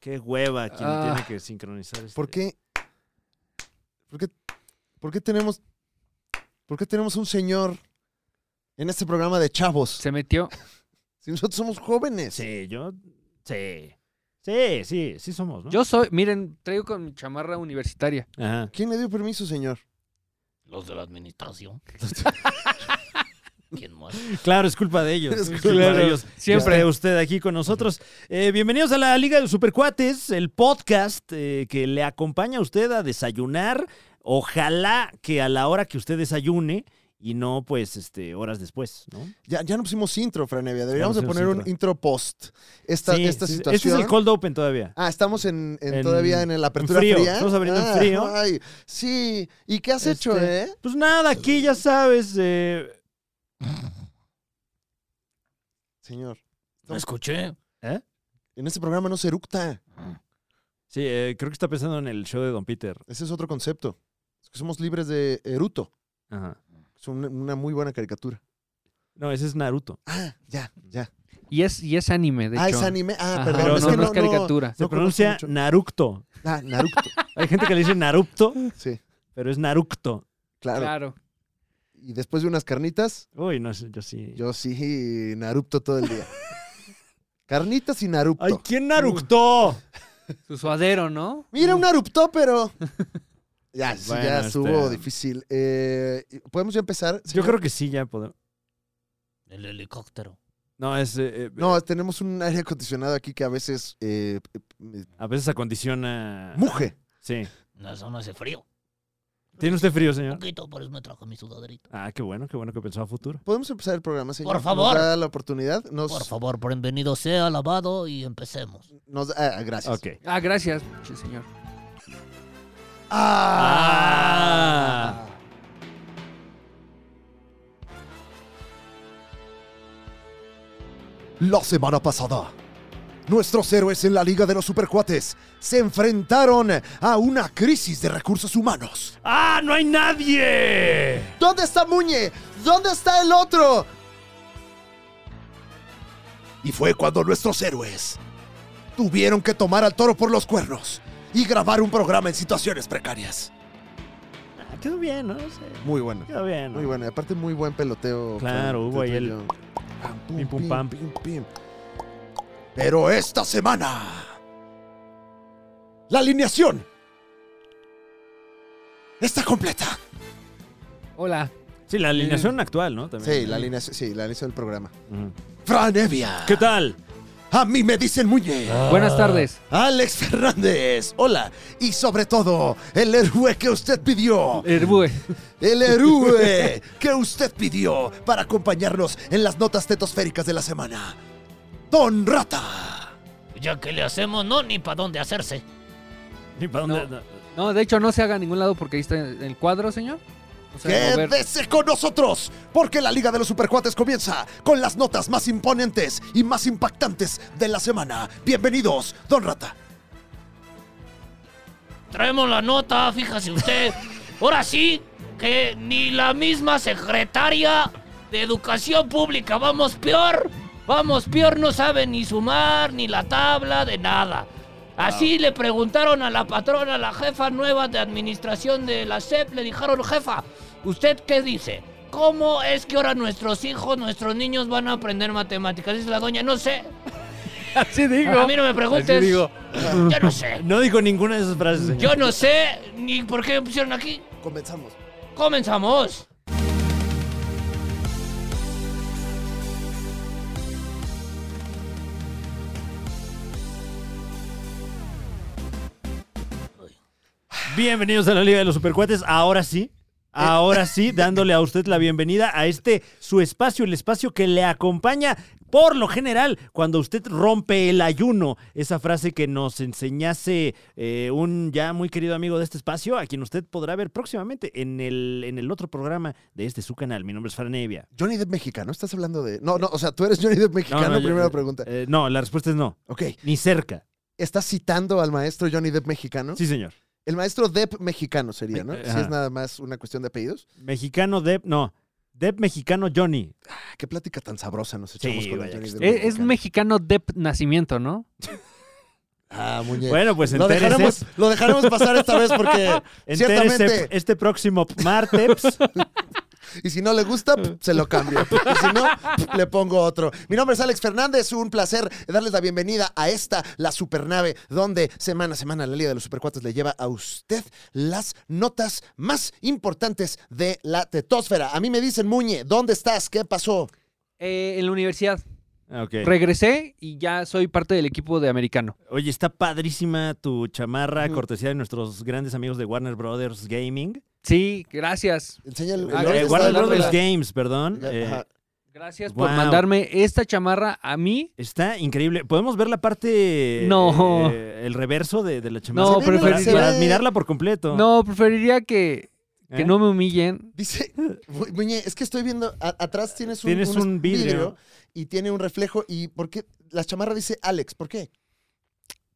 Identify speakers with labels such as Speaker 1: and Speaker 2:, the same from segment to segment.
Speaker 1: Qué hueva quien
Speaker 2: Ah.
Speaker 1: tiene que sincronizar.
Speaker 2: ¿Por
Speaker 1: este-
Speaker 2: qué? ¿Por qué? ¿Por qué tenemos? ¿Por qué tenemos un señor en este programa de chavos?
Speaker 3: Se metió.
Speaker 2: Si nosotros somos jóvenes.
Speaker 1: Sí, yo. Sí. Sí, sí, sí somos, ¿no?
Speaker 3: Yo soy, miren, traigo con mi chamarra universitaria.
Speaker 1: Ajá.
Speaker 2: ¿Quién le dio permiso, señor?
Speaker 4: Los de la administración. ¿Quién más?
Speaker 1: Claro, es culpa de ellos. Es
Speaker 2: Es culpa
Speaker 1: culpa
Speaker 2: de
Speaker 1: de ellos.
Speaker 3: Siempre.
Speaker 1: Que esté usted aquí con nosotros. Eh, bienvenidos a la Liga de Supercuates, el podcast eh, que le acompaña a usted a desayunar. Ojalá que a la hora que usted desayune y no, pues, este, horas después, ¿no?
Speaker 2: Ya, ya no pusimos intro, Franevia. Deberíamos
Speaker 1: Ya
Speaker 2: de
Speaker 1: no
Speaker 2: poner
Speaker 1: pusimos
Speaker 2: un intro post. Esta,
Speaker 1: Sí,
Speaker 2: esta
Speaker 1: sí,
Speaker 2: situación.
Speaker 1: Este es el cold open todavía.
Speaker 2: Ah, estamos en, en
Speaker 1: En-
Speaker 2: todavía en la apertura
Speaker 1: frío.
Speaker 2: fría.
Speaker 1: Estamos abriendo en
Speaker 2: Ah,
Speaker 1: frío.
Speaker 2: ay, sí. ¿Y qué has hecho,
Speaker 1: Este,
Speaker 2: eh?
Speaker 1: Pues nada, aquí ya sabes. eh,
Speaker 2: Señor,
Speaker 4: No escuché.
Speaker 2: en este programa no se eructa.
Speaker 1: sí, eh, creo que está pensando en el show de Don Peter.
Speaker 2: Ese es otro concepto. Es que somos libres de eruto.
Speaker 1: Ajá.
Speaker 2: Es una, una muy buena caricatura.
Speaker 1: No, ese es Naruto.
Speaker 2: Ah, ya, ya.
Speaker 3: Y es, y es anime, de
Speaker 2: ah,
Speaker 3: hecho.
Speaker 2: es anime. Ah,
Speaker 3: Ajá,
Speaker 2: perdón.
Speaker 1: pero
Speaker 2: es
Speaker 3: no,
Speaker 2: que
Speaker 3: no es caricatura.
Speaker 1: Se
Speaker 2: No conozco
Speaker 1: pronuncia
Speaker 2: mucho.
Speaker 1: Naructo.
Speaker 2: Ah, Naruto.
Speaker 1: Hay gente que le dice Naruto,
Speaker 2: Sí,
Speaker 1: pero es Naructo.
Speaker 2: claro.
Speaker 3: Claro.
Speaker 2: Y después de unas carnitas,
Speaker 1: Uy, no sé, yo sí.
Speaker 2: yo sí, Naruto todo el día. carnitas y Naruto.
Speaker 1: Ay, ¿quién Naructo?
Speaker 3: Su suadero, ¿no?
Speaker 2: Mira, un Naruto, pero... Ya, sí,
Speaker 1: Bueno,
Speaker 2: ya
Speaker 1: este-
Speaker 3: um,
Speaker 2: estuvo difícil. Eh, ¿Podemos ya empezar?
Speaker 1: Yo
Speaker 2: señor?
Speaker 1: creo que sí, ya podemos.
Speaker 4: El helicóptero.
Speaker 1: No, es. eh, eh,
Speaker 2: No, tenemos un aire acondicionado aquí que a veces eh, eh, eh,
Speaker 1: A veces acondiciona.
Speaker 2: muge.
Speaker 1: Sí.
Speaker 4: En la zona hace frío.
Speaker 1: ¿Tiene usted frío,
Speaker 4: Un
Speaker 1: señor?
Speaker 4: poquito, por eso me trajo mi sudaderita.
Speaker 1: Ah, qué bueno, qué bueno que pensó a futuro.
Speaker 2: ¿Podemos empezar el programa, señor?
Speaker 4: Por favor.
Speaker 2: ¿Nos da la oportunidad? Nos,
Speaker 4: Por favor, bienvenido sea, alabado y empecemos.
Speaker 2: nos da- ah, gracias.
Speaker 1: Ok.
Speaker 3: Ah, gracias, pinche señor.
Speaker 1: Ah.
Speaker 2: La semana pasada, nuestros héroes en la Liga de los Supercuates se enfrentaron a una crisis de recursos humanos.
Speaker 1: ¡Ah, no hay nadie!
Speaker 2: ¿Dónde está Muñe? ¿Dónde está el otro? Y fue cuando nuestros héroes tuvieron que tomar al toro por los cuernos y grabar un programa en situaciones precarias.
Speaker 1: Ah, quedó bien, ¿no? Sí,
Speaker 2: Muy bueno.
Speaker 1: quedó bien. ¿no?
Speaker 2: Muy bueno, y aparte muy buen peloteo.
Speaker 1: Claro,
Speaker 2: Fran,
Speaker 1: hubo ahí el-
Speaker 2: tuyo. Pam, pum,
Speaker 1: Pim, pum,
Speaker 2: pim,
Speaker 1: pam.
Speaker 2: pim, pim. Pero esta semana. La alineación. Está completa.
Speaker 3: Hola.
Speaker 1: Sí, la alineación actual, ¿no? También.
Speaker 2: Sí, la alineación, sí, la alineación del programa.
Speaker 1: Ujú.
Speaker 2: Fran Evia.
Speaker 1: ¿Qué tal?
Speaker 2: A mí me dicen Muñe.
Speaker 3: Buenas tardes.
Speaker 2: Alex Fernández. Hola. Y sobre todo, el héroe que usted pidió.
Speaker 3: Herbue.
Speaker 2: El héroe que usted pidió para acompañarnos en las notas tetosféricas de la semana. Don Rata.
Speaker 4: Ya que le hacemos, no, ni para dónde hacerse.
Speaker 1: Ni para
Speaker 3: No.
Speaker 1: dónde. no.
Speaker 3: No, de hecho, no se haga a ningún lado porque ahí está el cuadro, señor. O sea, a ver.
Speaker 2: Quédese con nosotros, porque la Liga de los Supercuates comienza con las notas más imponentes y más impactantes de la semana. Bienvenidos, Don Rata.
Speaker 4: Traemos la nota, fíjese usted. Ahora sí, que ni la misma secretaria de Educación Pública, vamos peor. Vamos peor, no sabe ni sumar, ni la tabla, de nada. Así le preguntaron a la patrona, a la jefa nueva de administración de la SEP, le dijeron, jefa, ¿usted qué dice? ¿Cómo es que ahora nuestros hijos, nuestros niños van a aprender matemáticas? Dice la doña, no sé.
Speaker 3: Así digo.
Speaker 4: A mí no me preguntes.
Speaker 3: Así digo.
Speaker 4: Yo no sé.
Speaker 1: No digo ninguna de esas frases, señor.
Speaker 4: Yo no sé ni por qué me pusieron aquí.
Speaker 2: Comenzamos.
Speaker 4: ¡Comenzamos!
Speaker 1: Bienvenidos a la Liga de los Supercuates. Ahora sí, ahora sí, dándole a usted la bienvenida a este su espacio, el espacio que le acompaña por lo general cuando usted rompe el ayuno. Esa frase que nos enseñase eh, un ya muy querido amigo de este espacio, a quien usted podrá ver próximamente en el, en el otro programa de este su canal. Mi nombre es Franevia.
Speaker 2: Johnny Depp mexicano, estás hablando de. No, no, o sea, tú eres Johnny Depp mexicano,
Speaker 1: yo-
Speaker 2: primera pregunta.
Speaker 1: eh, no, la respuesta es no,
Speaker 2: ok,
Speaker 1: ni cerca.
Speaker 2: ¿estás citando al maestro Johnny Depp mexicano?
Speaker 1: Sí, señor.
Speaker 2: El maestro Depp mexicano sería, ¿no?
Speaker 1: Me-
Speaker 2: Si
Speaker 1: ajá.
Speaker 2: es nada más una cuestión de apellidos.
Speaker 1: Mexicano Deb, no. Deb mexicano Johnny.
Speaker 2: Ah, qué plática tan sabrosa nos echamos con el
Speaker 1: vaya
Speaker 2: Johnny
Speaker 1: que
Speaker 2: Depp
Speaker 3: Es, es
Speaker 2: mexicano.
Speaker 3: mexicano de nacimiento, ¿no?
Speaker 2: Ah, Ah, muñe.
Speaker 1: Bueno, pues
Speaker 2: lo
Speaker 1: entérese.
Speaker 2: dejaremos, lo dejaremos pasar esta vez porque
Speaker 1: Entérese
Speaker 2: ciertamente.
Speaker 1: este próximo martes.
Speaker 2: Y si no le gusta, p- se lo cambio. Y si no, p- le pongo otro. Mi nombre es Alex Fernández. Un placer darles la bienvenida a esta, la supernave, donde semana a semana la Liga de los Supercuates le lleva a usted las notas más importantes de la tetósfera. A mí me dicen, Muñe, ¿dónde estás? ¿Qué pasó?
Speaker 3: Eh, en la universidad.
Speaker 1: Ok.
Speaker 3: Regresé y ya soy parte del equipo de americano.
Speaker 1: Oye, está padrísima tu chamarra, cortesía de nuestros grandes amigos de Warner Brothers Gaming.
Speaker 3: Sí, gracias.
Speaker 2: Enseña el, el
Speaker 3: Ah,
Speaker 1: Eh,
Speaker 2: orden
Speaker 3: está
Speaker 1: Warner
Speaker 2: de la-
Speaker 1: Brothers
Speaker 2: de
Speaker 1: Games, perdón.
Speaker 2: la-
Speaker 1: Eh,
Speaker 2: Ajá.
Speaker 3: Gracias por
Speaker 1: Wow.
Speaker 3: mandarme esta chamarra a mí.
Speaker 1: Está increíble. ¿Podemos ver la parte.
Speaker 3: No.
Speaker 1: eh, el reverso de, de la chamarra.
Speaker 3: No,
Speaker 1: Para-
Speaker 3: preferiría-
Speaker 1: Para admirarla por completo.
Speaker 3: No, preferiría que, que
Speaker 1: ¿Eh?
Speaker 3: no me humillen.
Speaker 2: Dice, Mu- Muñe, es que estoy viendo, a- atrás tienes un,
Speaker 1: Tienes un vidrio.
Speaker 2: y tiene un reflejo. ¿Y por qué? La chamarra dice Alex, ¿por qué?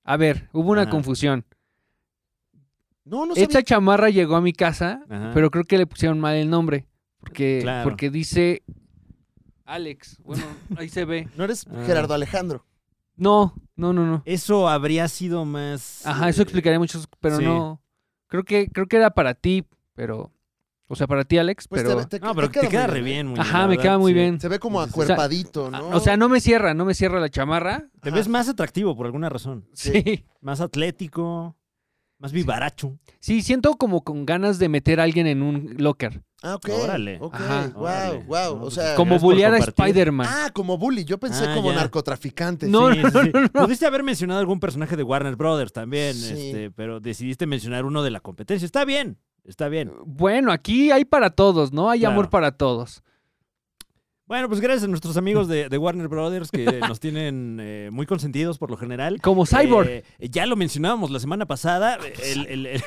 Speaker 3: A ver, hubo una
Speaker 1: Ajá.
Speaker 3: confusión.
Speaker 2: No, no sabía.
Speaker 3: Esta chamarra llegó a mi casa,
Speaker 1: Ajá.
Speaker 3: pero creo que le pusieron mal el nombre. Porque,
Speaker 1: Claro.
Speaker 3: porque dice Alex. Bueno, ahí se ve.
Speaker 2: No eres
Speaker 1: Ah.
Speaker 2: Gerardo Alejandro.
Speaker 3: No, no, no, no.
Speaker 1: Eso habría sido más.
Speaker 3: Ajá, eso
Speaker 1: eh,
Speaker 3: explicaría muchos, pero
Speaker 1: sí.
Speaker 3: no. Creo que, creo que era para ti, pero. O sea, para ti, Alex,
Speaker 2: Pues te
Speaker 3: pero.
Speaker 2: ve- te,
Speaker 1: eh, No, pero te,
Speaker 2: queda
Speaker 1: queda
Speaker 2: muy
Speaker 1: re bien, muy
Speaker 3: Ajá, me queda muy bien.
Speaker 2: Se ve como
Speaker 1: Sí, sí, sí.
Speaker 2: acuerpadito,
Speaker 3: Ah,
Speaker 2: ¿no?
Speaker 3: O sea, no me cierra, no me cierra la chamarra.
Speaker 1: Te
Speaker 2: Ajá.
Speaker 1: ves más atractivo por alguna razón.
Speaker 3: Sí.
Speaker 1: Más atlético, más vivaracho.
Speaker 3: Sí, siento como con ganas de meter a alguien en un locker.
Speaker 2: Ah, ok.
Speaker 1: Órale.
Speaker 2: Ok,
Speaker 3: Ajá.
Speaker 2: wow,
Speaker 1: Órale.
Speaker 2: wow.
Speaker 1: No,
Speaker 2: o
Speaker 1: pues,
Speaker 2: sea...
Speaker 3: Como
Speaker 1: gracias por
Speaker 3: bullear a
Speaker 1: compartir.
Speaker 3: Spider-Man.
Speaker 2: Ah, como bully. Yo pensé
Speaker 1: Ah,
Speaker 2: como
Speaker 1: ya.
Speaker 2: narcotraficante.
Speaker 3: No,
Speaker 1: Sí,
Speaker 3: no,
Speaker 1: sí, sí.
Speaker 3: no, no.
Speaker 1: Pudiste haber mencionado algún personaje de Warner Brothers también,
Speaker 2: Sí.
Speaker 1: este, pero decidiste mencionar uno de la competencia. Está bien, está bien.
Speaker 3: Bueno, aquí hay para todos, ¿no? Hay
Speaker 1: Claro.
Speaker 3: amor para todos.
Speaker 1: Bueno, pues gracias a nuestros amigos de, de Warner Brothers que nos tienen eh, muy consentidos por lo general.
Speaker 3: Como Cyborg.
Speaker 1: Eh, ya lo mencionábamos la semana pasada. el- el- el-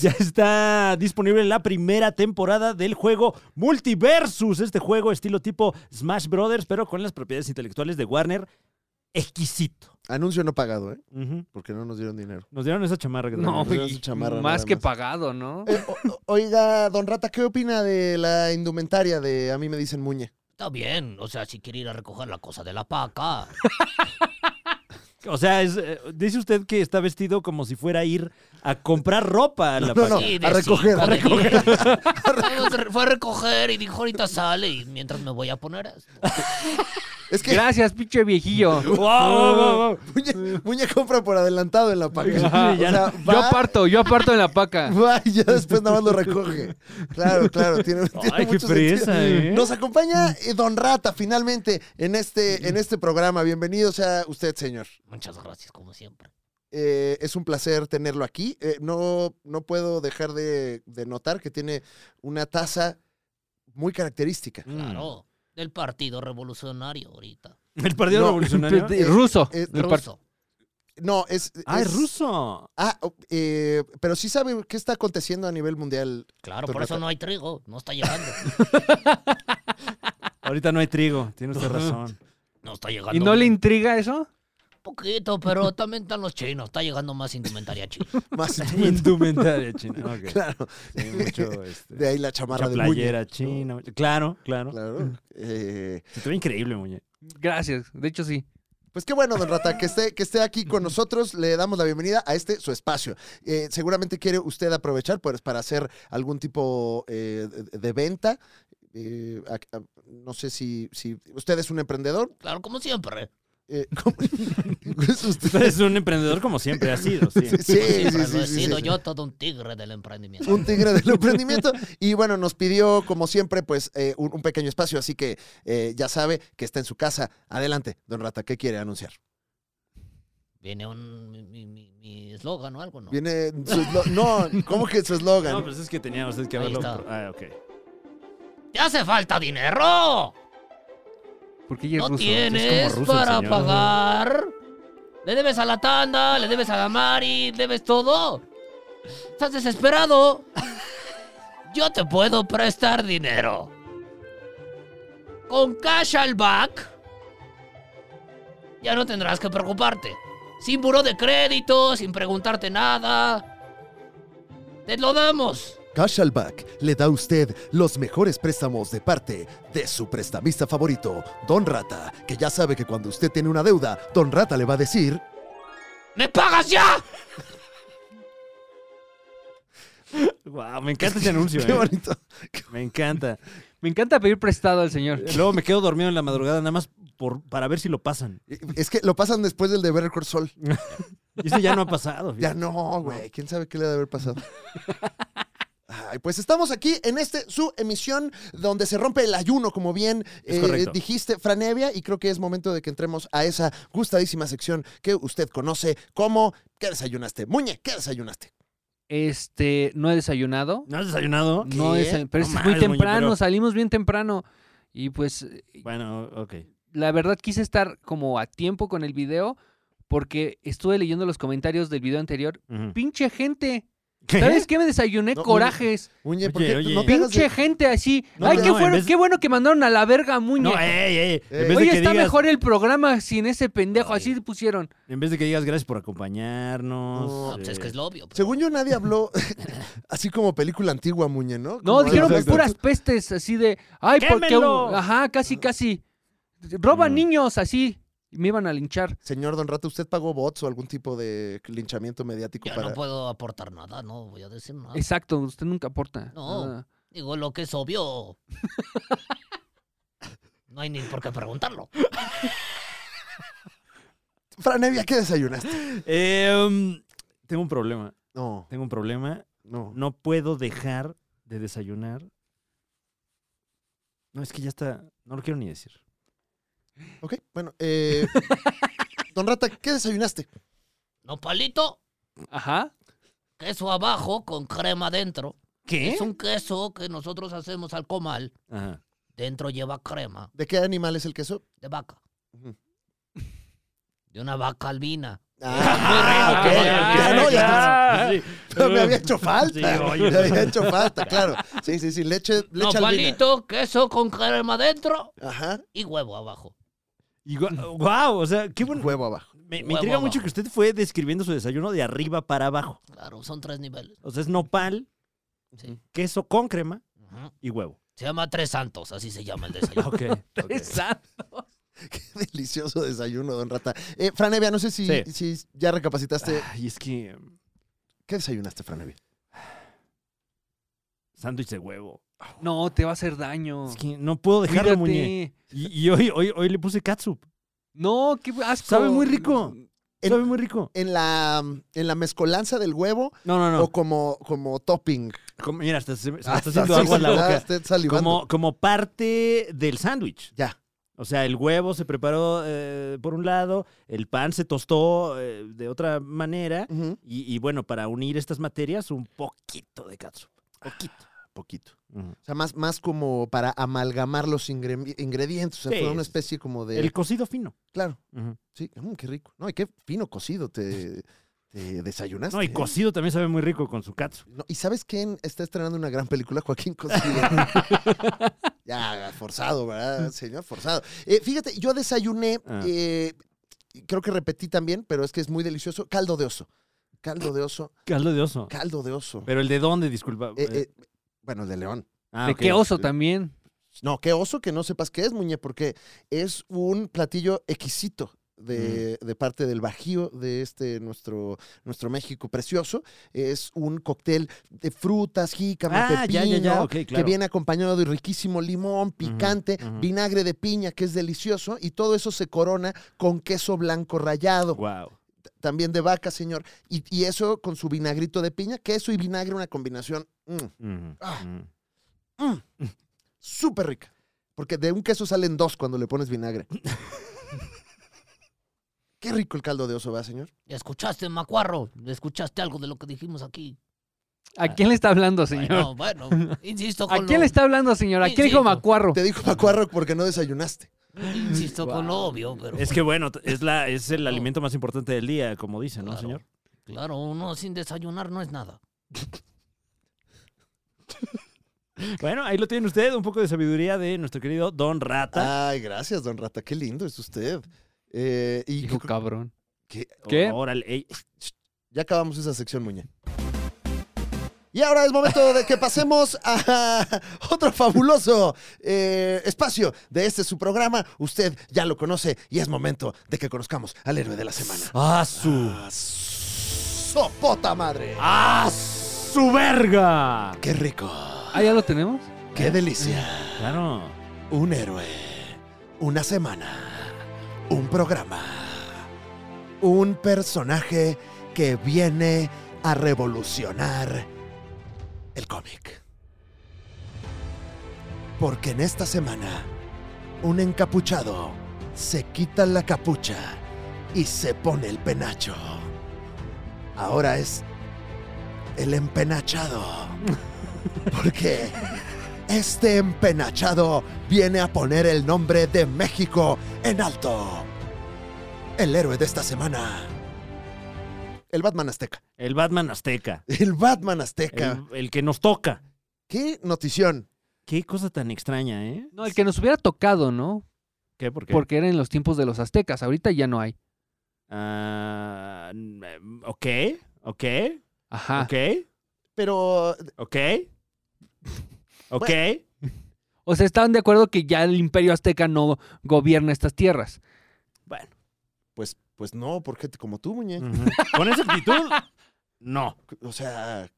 Speaker 1: ya está disponible la primera temporada del juego Multiversus. Este juego estilo tipo Smash Brothers, pero con las propiedades intelectuales de Warner. Exquisito.
Speaker 2: Anuncio no pagado, ¿eh?
Speaker 1: Ujú.
Speaker 2: Porque no nos dieron dinero.
Speaker 1: Nos dieron esa chamarra. que
Speaker 3: No,
Speaker 1: tenemos.
Speaker 2: Nos dieron
Speaker 3: y-
Speaker 2: su chamarra
Speaker 3: más
Speaker 2: nada
Speaker 3: que
Speaker 2: más.
Speaker 3: pagado, ¿no?
Speaker 2: Eh, o- o- oiga, don Rata, ¿qué opina de la indumentaria de A mí me dicen Muñe?
Speaker 4: Está bien, o sea, si quiere ir a recoger la cosa de la paca.
Speaker 1: O sea, es, eh, dice usted que está vestido como si fuera a ir a comprar ropa a la
Speaker 2: No, no,
Speaker 1: paca.
Speaker 4: Sí, de
Speaker 2: a recoger,
Speaker 4: cinco,
Speaker 2: a
Speaker 4: de
Speaker 2: recoger.
Speaker 4: diez. Fue- Fue a recoger y dijo, ahorita sale y mientras me voy a poner esto.
Speaker 2: Es que
Speaker 3: Gracias, pinche viejillo.
Speaker 1: Wow, wow, wow, wow.
Speaker 2: Muñe, Muñe compra por adelantado en la paca.
Speaker 1: Ajá,
Speaker 2: O
Speaker 1: ya
Speaker 2: sea,
Speaker 3: Yo
Speaker 2: va-
Speaker 3: aparto, yo aparto en la paca.
Speaker 2: Va y ya después nada más lo recoge. Claro, claro, tiene, tiene
Speaker 1: Ay, qué
Speaker 2: mucho sentido.
Speaker 1: fresa, ¿eh?
Speaker 2: Nos acompaña eh, Don Rata finalmente en este, en este programa. Bienvenido sea usted, señor.
Speaker 4: Muchas gracias, como siempre.
Speaker 2: Eh, es un placer tenerlo aquí. Eh, no, no puedo dejar de, de notar que tiene una taza muy característica.
Speaker 1: Mm.
Speaker 4: Claro, del Partido Revolucionario ahorita.
Speaker 1: El Partido
Speaker 2: No.
Speaker 1: Revolucionario.
Speaker 3: De- ruso.
Speaker 2: eh,
Speaker 3: del par-
Speaker 4: Ruso.
Speaker 2: No, es...
Speaker 1: Ah, es
Speaker 2: es-
Speaker 1: ruso.
Speaker 2: Ah, oh, eh, pero sí sabe qué está aconteciendo a nivel mundial.
Speaker 4: Claro, por
Speaker 2: Tornata.
Speaker 4: eso no hay trigo, no está llegando.
Speaker 1: Ahorita no hay trigo, tiene usted razón.
Speaker 4: No está llegando.
Speaker 3: ¿Y no le intriga eso?
Speaker 4: poquito, pero también están los chinos, está llegando más indumentaria china.
Speaker 2: Más
Speaker 1: Indumentaria china. ok.
Speaker 2: claro.
Speaker 1: Sí, mucho, este,
Speaker 2: De ahí la
Speaker 1: mucha
Speaker 2: chamarra de Muñe.
Speaker 1: playera china. Claro, claro.
Speaker 2: Claro. Eh,
Speaker 1: Se te ve increíble, Muñe.
Speaker 3: Gracias, de hecho sí.
Speaker 2: Pues qué bueno, don Rata, que esté, que esté aquí con nosotros. Le damos la bienvenida a este su espacio. Eh, seguramente quiere usted aprovechar pues, para hacer algún tipo eh, de, de venta. Eh, a- a- no sé si, si usted es un emprendedor.
Speaker 4: Claro, como siempre.
Speaker 2: eh, ¿cómo? ¿Es
Speaker 1: Usted
Speaker 2: usted?
Speaker 1: es un emprendedor como siempre ha sido, sí.
Speaker 2: Sí, sí,
Speaker 4: Siempre
Speaker 2: sí,
Speaker 4: lo he
Speaker 2: sí, sí,
Speaker 4: sido
Speaker 2: sí.
Speaker 4: yo todo un tigre del emprendimiento.
Speaker 2: Un tigre del emprendimiento. Y bueno, nos pidió, como siempre, pues eh, un, un pequeño espacio. Así que eh, ya sabe que está en su casa. Adelante, don Rata, ¿qué quiere anunciar?
Speaker 4: Viene un mi- mi mi- mi eslogan o algo, ¿no?
Speaker 2: Viene su eslo- No, ¿cómo que su eslogan?
Speaker 1: No, pues es que tenía usted que
Speaker 4: Ahí
Speaker 1: haberlo.
Speaker 4: está.
Speaker 1: Ah, ok.
Speaker 4: ¡Te hace falta dinero!
Speaker 3: Porque ella es
Speaker 4: ¿No
Speaker 3: ruso.
Speaker 1: es
Speaker 4: tienes
Speaker 1: como ruso el
Speaker 4: para
Speaker 1: señor.
Speaker 4: pagar? ¿Le debes a la tanda? ¿Le debes a la Mari? ¿Debes todo? ¿Estás desesperado? Yo te puedo prestar dinero. Con cash al back, ya no tendrás que preocuparte. Sin buró de crédito, sin preguntarte nada. Te lo damos.
Speaker 2: Cashalback le da a usted los mejores préstamos de parte de su prestamista favorito, Don Rata, que ya sabe que cuando usted tiene una deuda, Don Rata le va a decir,
Speaker 4: ¡Me pagas ya!
Speaker 1: Guau, me encanta ese anuncio,
Speaker 2: Qué
Speaker 1: eh.
Speaker 2: bonito.
Speaker 1: Me encanta.
Speaker 3: Me encanta pedir prestado al señor.
Speaker 1: Luego me quedo dormido en la madrugada nada más por, para ver si lo pasan.
Speaker 2: Es que lo pasan después del de Better Call Saul.
Speaker 1: Y eso ya no ha pasado.
Speaker 2: Ya
Speaker 1: fíjate.
Speaker 2: no, güey. ¿Quién sabe qué le ha de haber pasado? Ay, pues estamos aquí en este su emisión donde se rompe el ayuno, como bien
Speaker 1: Es
Speaker 2: eh,
Speaker 1: correcto.
Speaker 2: dijiste, Franevia, y creo que es momento de que entremos a esa gustadísima sección que usted conoce como ¿Qué desayunaste? Muñe, ¿qué desayunaste?
Speaker 3: Este, no he desayunado.
Speaker 1: ¿No has desayunado?
Speaker 3: No
Speaker 2: ¿Qué?
Speaker 3: he desayunado.
Speaker 1: No
Speaker 3: Pero es muy
Speaker 1: mames, Muñe,
Speaker 3: temprano,
Speaker 1: pero-
Speaker 3: salimos bien temprano. Y pues,
Speaker 1: Bueno, ok.
Speaker 3: la verdad quise estar como a tiempo con el video porque estuve leyendo los comentarios del video anterior.
Speaker 1: Ujú.
Speaker 3: ¡Pinche gente!
Speaker 1: ¿Qué?
Speaker 3: ¿Sabes qué me desayuné?
Speaker 2: No, muy-
Speaker 3: Corajes.
Speaker 2: Muñe, ¿por
Speaker 1: Oye,
Speaker 2: qué
Speaker 1: oye.
Speaker 2: no te hagas de-
Speaker 3: ¡Pinche gente así!
Speaker 1: No,
Speaker 3: ¡Ay,
Speaker 1: no,
Speaker 3: qué,
Speaker 1: en
Speaker 3: fueron-
Speaker 1: vez-
Speaker 3: qué bueno que mandaron a la verga, Muñe!
Speaker 1: No, ey, ey. En
Speaker 2: Eh,
Speaker 1: vez,
Speaker 3: Hoy
Speaker 1: de que
Speaker 3: está
Speaker 1: digas,
Speaker 3: mejor el programa sin ese pendejo. Así pusieron.
Speaker 1: en vez de que digas gracias por acompañarnos.
Speaker 2: No,
Speaker 4: No, pues es que es lo obvio. pues.
Speaker 2: Según yo, nadie habló así como película antigua, Muñe, ¿no?
Speaker 3: No,
Speaker 2: Como-
Speaker 3: dijeron
Speaker 1: exacto.
Speaker 3: puras pestes, así de. ¡Ay, porque.
Speaker 1: ¡Quémenlo!
Speaker 3: Ajá, casi, casi. Roban
Speaker 1: Mm.
Speaker 3: niños, así. Y me iban a linchar.
Speaker 2: Señor Don Rato, ¿usted pagó bots o algún tipo de linchamiento mediático
Speaker 4: Yo
Speaker 2: para...?
Speaker 4: no puedo aportar nada, no voy a decir
Speaker 1: Ah.
Speaker 4: nada.
Speaker 3: Exacto, usted nunca aporta.
Speaker 4: No.
Speaker 3: nada.
Speaker 4: Digo lo que es obvio. No hay ni por qué preguntarlo.
Speaker 2: Franevia, ¿qué desayunaste?
Speaker 1: Eh, um, tengo un problema.
Speaker 2: No,
Speaker 1: Tengo un problema.
Speaker 2: no.
Speaker 1: No puedo dejar de desayunar. No, es que ya está. No lo quiero ni decir.
Speaker 2: Ok, bueno, eh, Don Rata, ¿qué desayunaste?
Speaker 4: No palito,
Speaker 3: Ajá.
Speaker 4: queso abajo con crema dentro.
Speaker 1: ¿Qué?
Speaker 4: Es un queso que nosotros hacemos al comal.
Speaker 1: Ajá.
Speaker 4: Dentro lleva crema
Speaker 2: ¿De qué animal es el queso?
Speaker 4: de vaca.
Speaker 2: Ujú.
Speaker 4: De una vaca albina.
Speaker 2: Ah,
Speaker 4: muy
Speaker 2: ok,
Speaker 4: rico, ah,
Speaker 2: ya no, ya
Speaker 1: Ah, sí.
Speaker 2: no. Me había hecho falta.
Speaker 1: Sí, oye.
Speaker 2: me había hecho falta, claro. Sí, sí, sí, leche, leche
Speaker 4: No
Speaker 2: albina.
Speaker 4: palito, queso con crema dentro
Speaker 2: Ajá,
Speaker 4: y huevo abajo.
Speaker 1: Y gua- Wow, o sea, qué bueno.
Speaker 2: huevo abajo.
Speaker 1: Me, me
Speaker 4: Huevo
Speaker 1: intriga
Speaker 4: abajo.
Speaker 1: mucho que usted fue describiendo su desayuno de arriba para abajo.
Speaker 4: Claro, son tres niveles.
Speaker 1: O sea, es nopal,
Speaker 4: Sí.
Speaker 1: queso con crema
Speaker 4: Ujú.
Speaker 1: y huevo.
Speaker 4: Se llama Tres Santos, así se llama el desayuno.
Speaker 1: Ok.
Speaker 2: Ok.
Speaker 3: Exacto.
Speaker 2: Qué delicioso desayuno, Don Rata. Eh, Franevia, no sé si,
Speaker 1: Sí.
Speaker 2: si ya recapacitaste.
Speaker 1: Ay, es que. um,
Speaker 2: ¿Qué desayunaste, Franevia?
Speaker 1: Sándwich de huevo.
Speaker 3: No, te va a hacer daño.
Speaker 1: Es que no puedo dejarlo,
Speaker 3: Cuídate.
Speaker 1: muñe. Y, y hoy, hoy, hoy le puse catsup.
Speaker 3: No, qué asco.
Speaker 1: Sabe muy rico.
Speaker 2: En-
Speaker 1: Sabe muy rico.
Speaker 2: ¿En la, en la mezcolanza del huevo
Speaker 1: No, no, no.
Speaker 2: o como, como topping?
Speaker 1: Como- mira, hasta se me se me está
Speaker 2: Hasta
Speaker 1: haciendo
Speaker 2: sí,
Speaker 1: agua en la
Speaker 2: ya
Speaker 1: boca.
Speaker 2: Usted salivando.
Speaker 1: Como, como parte del sándwich.
Speaker 2: Ya.
Speaker 1: O sea, el huevo se preparó eh, por un lado, el pan se tostó eh, de otra manera.
Speaker 2: Ujú.
Speaker 1: Y, y bueno, para unir estas materias, un poquito de catsup. Poquito.
Speaker 2: Poquito. O sea, más, más como para amalgamar los ingre- ingredientes. O sea,
Speaker 1: Sí,
Speaker 2: fue una
Speaker 1: sí, sí.
Speaker 2: especie como de.
Speaker 1: El cocido fino.
Speaker 2: Claro, sí. Mm, qué rico. No, y qué fino cocido te, te desayunaste.
Speaker 1: No, y
Speaker 2: ¿eh?
Speaker 1: cocido también sabe muy rico con su catsup.
Speaker 2: No, ¿Y sabes quién está estrenando una gran película? Joaquín Costillo. ya, forzado, ¿verdad? Señor, forzado. Eh, fíjate, yo desayuné,
Speaker 1: Ah.
Speaker 2: eh, creo que repetí también, pero es que es muy delicioso, caldo de oso. Caldo de oso,
Speaker 1: Caldo de oso.
Speaker 2: caldo de oso.
Speaker 1: Pero el de dónde, disculpa.
Speaker 2: Eh, eh, bueno, el de león.
Speaker 1: Ah,
Speaker 3: ¿De
Speaker 1: ok.
Speaker 3: qué oso también?
Speaker 2: No, qué oso que no sepas qué es, Muñe, porque es un platillo exquisito
Speaker 1: Mm.
Speaker 2: de, de parte del bajío de este nuestro, nuestro México precioso. Es un cóctel de frutas, jícama,
Speaker 1: Ah, ya,
Speaker 2: pepino,
Speaker 1: ya, ya, ok, claro.
Speaker 2: que viene acompañado de riquísimo limón, picante,
Speaker 1: ujú.
Speaker 2: vinagre de piña, que es delicioso, y todo eso se corona con queso blanco rallado
Speaker 1: Wow.
Speaker 2: también de vaca, señor. Y, y eso con su vinagrito de piña, queso y vinagre, una combinación mm, Ah. súper rica. Porque de un queso salen dos cuando le pones vinagre. Qué rico el caldo de oso, ¿va, señor?
Speaker 4: ¿Escuchaste, Macuarro? ¿Escuchaste algo de lo que dijimos aquí?
Speaker 3: ¿A quién le está hablando, señor?
Speaker 4: Bueno, bueno, insisto con
Speaker 3: ¿A quién
Speaker 4: lo-
Speaker 3: le está hablando, señor? ¿A
Speaker 4: Sí,
Speaker 3: quién
Speaker 4: sí,
Speaker 3: dijo
Speaker 4: hijo.
Speaker 3: Macuarro?
Speaker 2: Te dijo Pacuarro porque no desayunaste.
Speaker 4: Insisto con lo
Speaker 3: Guau.
Speaker 4: obvio, pero...
Speaker 1: Es que bueno, t- es, la, es el alimento más importante del día, como dicen, ¿no,
Speaker 4: Claro.
Speaker 1: señor?
Speaker 4: Claro, uno sin desayunar no es nada.
Speaker 1: Bueno, ahí lo tiene usted, un poco de sabiduría de nuestro querido Don Rata.
Speaker 2: Ay, gracias, don Rata. Qué lindo es usted. Eh, y
Speaker 3: Dijo cabrón.
Speaker 2: que-
Speaker 1: O-
Speaker 3: ¿Qué?
Speaker 1: Órale, ey,
Speaker 2: ya acabamos esa sección, Muñe. Y ahora es momento de que pasemos a otro fabuloso eh, espacio de este su programa. Usted ya lo conoce y es momento de que conozcamos al héroe de la semana.
Speaker 1: ¡A Ah, su!
Speaker 2: ¡Sopota madre!
Speaker 1: ¡A su verga!
Speaker 2: ¡Qué rico!
Speaker 3: Ah, ya lo tenemos.
Speaker 2: ¡Qué delicia!
Speaker 1: Claro.
Speaker 2: Un héroe. Una semana. Un programa. Un personaje que viene a revolucionar el cómic. Porque en esta semana, un encapuchado se quita la capucha y se pone el penacho. Ahora es el empenachado. Porque este empenachado viene a poner el nombre de México en alto. El héroe de esta semana. El Batman Azteca.
Speaker 1: El Batman Azteca.
Speaker 2: El Batman Azteca.
Speaker 1: El, el que nos toca.
Speaker 2: Qué notición.
Speaker 1: Qué cosa tan extraña, ¿eh?
Speaker 3: No, el que nos hubiera tocado, ¿no?
Speaker 1: ¿Qué? ¿Por qué?
Speaker 3: Porque era en los tiempos de los aztecas. Ahorita ya no hay.
Speaker 1: Ah, mm, ok, ok,
Speaker 3: Ajá.
Speaker 1: ok,
Speaker 2: Pero
Speaker 1: ok, ok.
Speaker 3: O sea, estaban de acuerdo que ya el imperio azteca no gobierna estas tierras.
Speaker 1: Bueno.
Speaker 2: pues, pues no, porque te- como tú, muñe.
Speaker 1: ujú. Con esa actitud, no.
Speaker 2: O sea,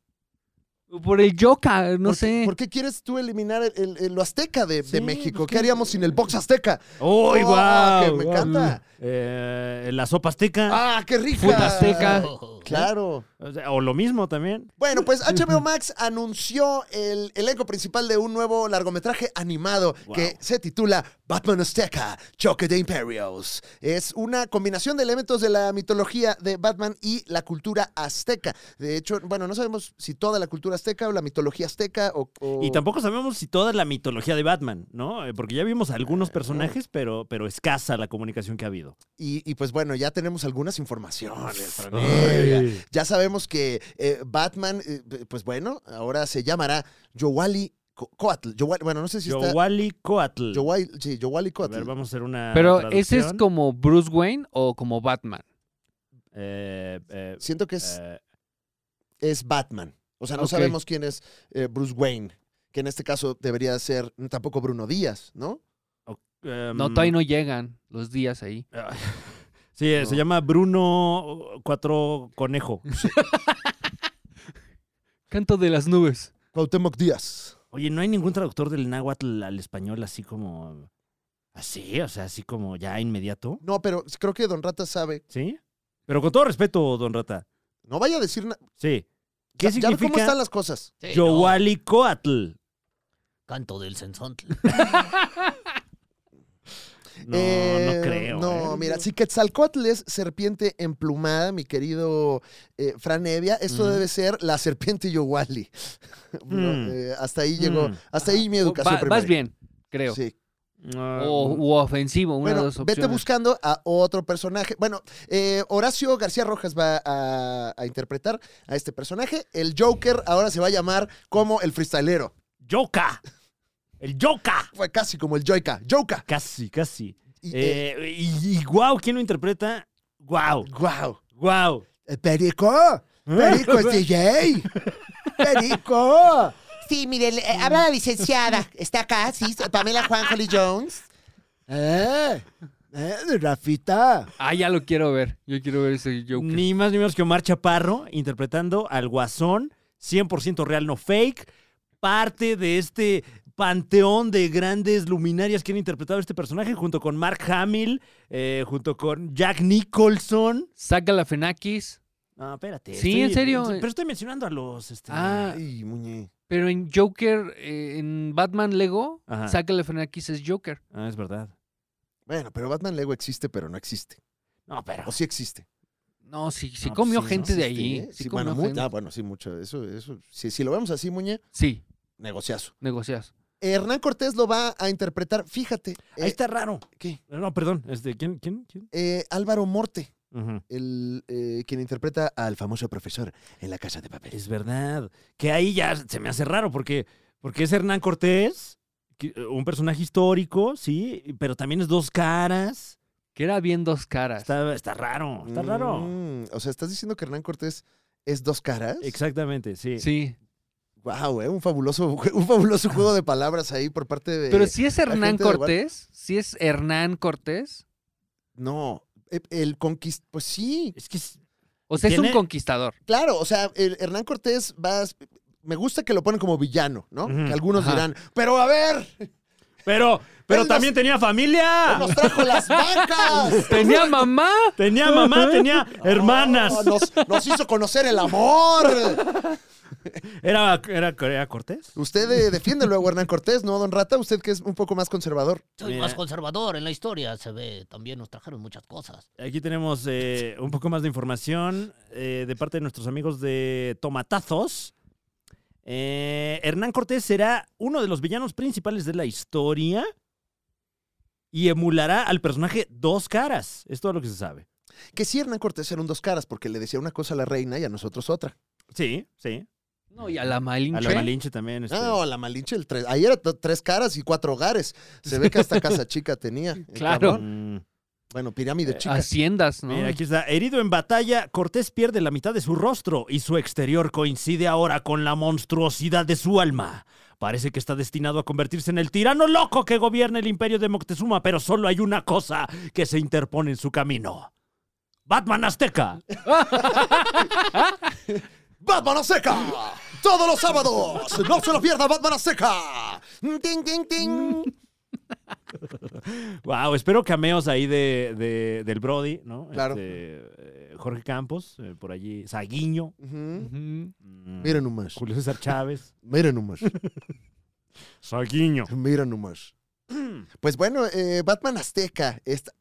Speaker 3: Por el yoca, no
Speaker 2: ¿por,
Speaker 3: sé.
Speaker 2: ¿por qué quieres tú eliminar el, el- el- lo azteca de, de
Speaker 1: Sí,
Speaker 2: México?
Speaker 1: pues,
Speaker 2: ¿Qué
Speaker 1: ¿qué?
Speaker 2: haríamos sin el box azteca?
Speaker 1: ¡Uy,
Speaker 2: Oh,
Speaker 1: guau!
Speaker 2: que me
Speaker 1: guau.
Speaker 2: encanta.
Speaker 1: Eh, la sopa azteca.
Speaker 2: ¡Ah, qué rica!
Speaker 3: Food azteca.
Speaker 2: Ah,
Speaker 4: Oh,
Speaker 2: Claro.
Speaker 1: O, sea, o lo mismo también.
Speaker 2: Bueno, pues HBO Max anunció el elenco principal de un nuevo largometraje animado
Speaker 1: Wow.
Speaker 2: que se titula Batman Azteca, Choque de Imperios. Es una combinación de elementos de la mitología de Batman y la cultura azteca. De hecho, bueno, no sabemos si toda la cultura azteca o la mitología azteca o... o-
Speaker 1: Y tampoco sabemos si toda la mitología de Batman, ¿no? Eh, Porque ya vimos algunos personajes, pero, pero escasa la comunicación que ha habido.
Speaker 2: Y, y, pues bueno, ya tenemos algunas informaciones,
Speaker 1: Ay.
Speaker 2: Franevia. Ya sabemos que eh, Batman, eh, pues bueno, ahora se llamará Yowali Co- Coatl. Yowali- bueno, no sé si está...
Speaker 1: Yowali Coatl.
Speaker 2: Yowali, sí, Yowali
Speaker 1: A
Speaker 2: Coatl.
Speaker 1: ver, vamos a hacer una.
Speaker 3: Pero ese es
Speaker 1: Ah, traducción.
Speaker 3: como Bruce Wayne o como Batman.
Speaker 1: Eh, eh,
Speaker 2: Siento que es,
Speaker 1: eh,
Speaker 2: es Batman. O sea, no
Speaker 3: Ok.
Speaker 2: sabemos quién es eh, Bruce Wayne, que en este caso debería ser mm, tampoco Bruno Díaz, ¿no?
Speaker 1: em,
Speaker 3: No, todavía no llegan los días ahí.
Speaker 1: Ay. Sí, eh, se
Speaker 2: No.
Speaker 1: llama Bruno Cuatro Conejo.
Speaker 3: Canto de las nubes.
Speaker 2: Cuauhtémoc Díaz.
Speaker 1: Oye, no hay ningún traductor del náhuatl al español así como. Así, o sea, así como ya inmediato.
Speaker 2: No, pero creo que Don Rata sabe.
Speaker 1: ¿Sí? Pero con todo respeto, don Rata.
Speaker 2: No vaya a decir nada.
Speaker 1: Sí. ¿Qué
Speaker 2: Ya ya ve cómo
Speaker 1: significa
Speaker 2: están las cosas.
Speaker 4: Sí, no,
Speaker 1: Yowali Coatl?
Speaker 4: Canto del sensontl.
Speaker 1: No,
Speaker 2: Eh,
Speaker 1: no creo.
Speaker 2: No,
Speaker 1: ¿eh?
Speaker 2: mira, si Quetzalcóatl es serpiente emplumada, mi querido eh, Fran Evia, esto
Speaker 1: Ujú.
Speaker 2: debe ser la serpiente Yowali. No,
Speaker 1: Mm.
Speaker 2: eh, hasta ahí llegó,
Speaker 1: Mm.
Speaker 2: hasta ahí mi educación
Speaker 3: Va-
Speaker 2: primaria.
Speaker 3: vas bien, creo.
Speaker 2: Sí,
Speaker 1: No,
Speaker 3: O u ofensivo, una de
Speaker 2: Bueno,
Speaker 3: dos opciones.
Speaker 2: vete buscando a otro personaje. Bueno, eh, Horacio García Rojas va a, a interpretar a este personaje. El Joker ahora se va a llamar como el freestylero.
Speaker 1: Yoka. El Yoka.
Speaker 2: Fue casi como el Joica. Joker.
Speaker 1: Casi, casi.
Speaker 2: Y, eh,
Speaker 1: Eh, y, wow, ¿quién lo interpreta? Wow,
Speaker 2: ¡Guau!
Speaker 1: wow.
Speaker 2: Eh, ¡Perico! ¡Perico es DJ! ¡Perico!
Speaker 5: Sí, mire, le- eh, habla la licenciada. Está acá, sí, Pamela Juan Holly Jones.
Speaker 2: ¡Eh! ¡Eh, Rafita!
Speaker 3: Ah, ya lo quiero ver. Yo quiero ver ese Joker.
Speaker 1: Ni más ni menos que Omar Chaparro interpretando al Guasón, 100% real, no fake, parte de este panteón de grandes luminarias que han interpretado a este personaje, junto con Mark Hamill, eh, junto con Jack Nicholson.
Speaker 3: Saca la Fenakis.
Speaker 1: No, espérate.
Speaker 3: Sí, en serio. eh.
Speaker 1: Pero estoy mencionando a los... este,
Speaker 3: Ah,
Speaker 2: ¡Ay, muñe!
Speaker 3: pero en Joker, eh, en Batman Lego,
Speaker 1: Ajá.
Speaker 3: Saca la Fenakis es Joker.
Speaker 1: Ah, es verdad.
Speaker 2: Bueno, pero Batman Lego existe, pero no existe.
Speaker 1: No, pero...
Speaker 2: O sí existe.
Speaker 3: No, sí, sí
Speaker 1: No, pues
Speaker 3: comió
Speaker 1: sí, ¿no?
Speaker 3: gente de
Speaker 2: Existe,
Speaker 3: ahí.
Speaker 2: ¿eh?
Speaker 3: Sí,
Speaker 2: Sí,
Speaker 3: comió
Speaker 2: bueno, mu-
Speaker 3: gente.
Speaker 2: ah, bueno, sí, mucho. Eso, eso. Si, si lo vemos así, muñe,
Speaker 3: Sí,
Speaker 2: negociazo.
Speaker 3: negocias.
Speaker 2: Eh, Hernán Cortés lo va a interpretar, fíjate,
Speaker 1: Ahí
Speaker 2: eh,
Speaker 1: está raro.
Speaker 2: ¿qué?
Speaker 1: No, perdón. Este, ¿Quién? ¿Quién? ¿Quién?
Speaker 2: eh, Álvaro Morte,
Speaker 1: Ujú.
Speaker 2: el, eh, quien interpreta al famoso profesor en la casa de papel.
Speaker 1: Es verdad. Que ahí ya se me hace raro porque, porque es Hernán Cortés, que- eh, un personaje histórico, sí, pero también es dos caras.
Speaker 3: Que era bien dos caras.
Speaker 1: Está, está raro, está raro.
Speaker 2: Mm, o sea, ¿estás diciendo que Hernán Cortés es dos caras?
Speaker 1: Exactamente, sí.
Speaker 3: Sí.
Speaker 2: Wow, un fabuloso, un fabuloso juego de palabras ahí por parte de.
Speaker 3: Pero si es Hernán
Speaker 2: gente de Guad-
Speaker 3: Cortés, si es Hernán Cortés,
Speaker 2: No, e- el conquist, pues sí,
Speaker 1: Es que es-
Speaker 3: o sea, es
Speaker 1: Tiene-
Speaker 3: un conquistador.
Speaker 2: claro, o sea, el Hernán Cortés va, me gusta que lo ponen como villano, ¿no?
Speaker 1: Ujú.
Speaker 2: Que algunos
Speaker 3: Ajá.
Speaker 2: dirán, pero a ver,
Speaker 1: Pero, pero
Speaker 2: Él
Speaker 1: también tenía familia.
Speaker 2: él nos trajo las vacas.
Speaker 3: ¿Tenía mamá?
Speaker 1: Tenía mamá, tenía hermanas.
Speaker 2: No, nos, nos hizo conocer el amor.
Speaker 1: Era, era, era Cortés.
Speaker 2: Usted eh, defiende luego a Hernán Cortés, ¿no, don Rata? Usted que es un poco más conservador.
Speaker 4: Soy
Speaker 1: Mira.
Speaker 4: más conservador en la historia, se ve. También nos trajeron muchas cosas.
Speaker 1: Aquí tenemos eh, un poco más de información eh, de parte de nuestros amigos de Tomatazos. Eh, Hernán Cortés será uno de los villanos principales de la historia y emulará al personaje Dos Caras. Es todo lo que se sabe.
Speaker 2: Que sí, Hernán Cortés era un dos caras, porque le decía una cosa a la reina y a nosotros otra.
Speaker 1: Sí, sí.
Speaker 3: No, y a la Malinche.
Speaker 1: A la Malinche también. este,
Speaker 2: No, Ah, la Malinche, el tres. Ahí era t- tres caras y cuatro hogares. Se ve que hasta casa chica tenía. el
Speaker 3: Claro.
Speaker 2: cabrón.
Speaker 1: mm.
Speaker 2: Bueno,
Speaker 1: Eh,
Speaker 2: pirámide chica.
Speaker 3: Haciendas, ¿no?
Speaker 1: Mira, aquí está. Herido en batalla, Cortés pierde la mitad de su rostro y su exterior coincide ahora con la monstruosidad de su alma. Parece que está destinado a convertirse en el tirano loco que gobierna el imperio de Moctezuma, pero solo hay una cosa que se interpone en su camino. Batman Azteca.
Speaker 2: ¡Batman Azteca! Todos los sábados. No se lo pierda Batman Azteca. ¡Ting, ting, ting!
Speaker 1: Wow, espero cameos ahí de, de- del Brody, ¿no?
Speaker 2: Claro.
Speaker 1: Este, eh, Jorge Campos, eh, por allí, Saguiño,
Speaker 2: Ujú.
Speaker 3: Ujú.
Speaker 1: mm,
Speaker 2: Miren nomás.
Speaker 1: Julio César Chávez,
Speaker 2: Miren nomás.
Speaker 1: Saguiño.
Speaker 2: Mira nomás. Pues bueno, eh, Batman Azteca. esta-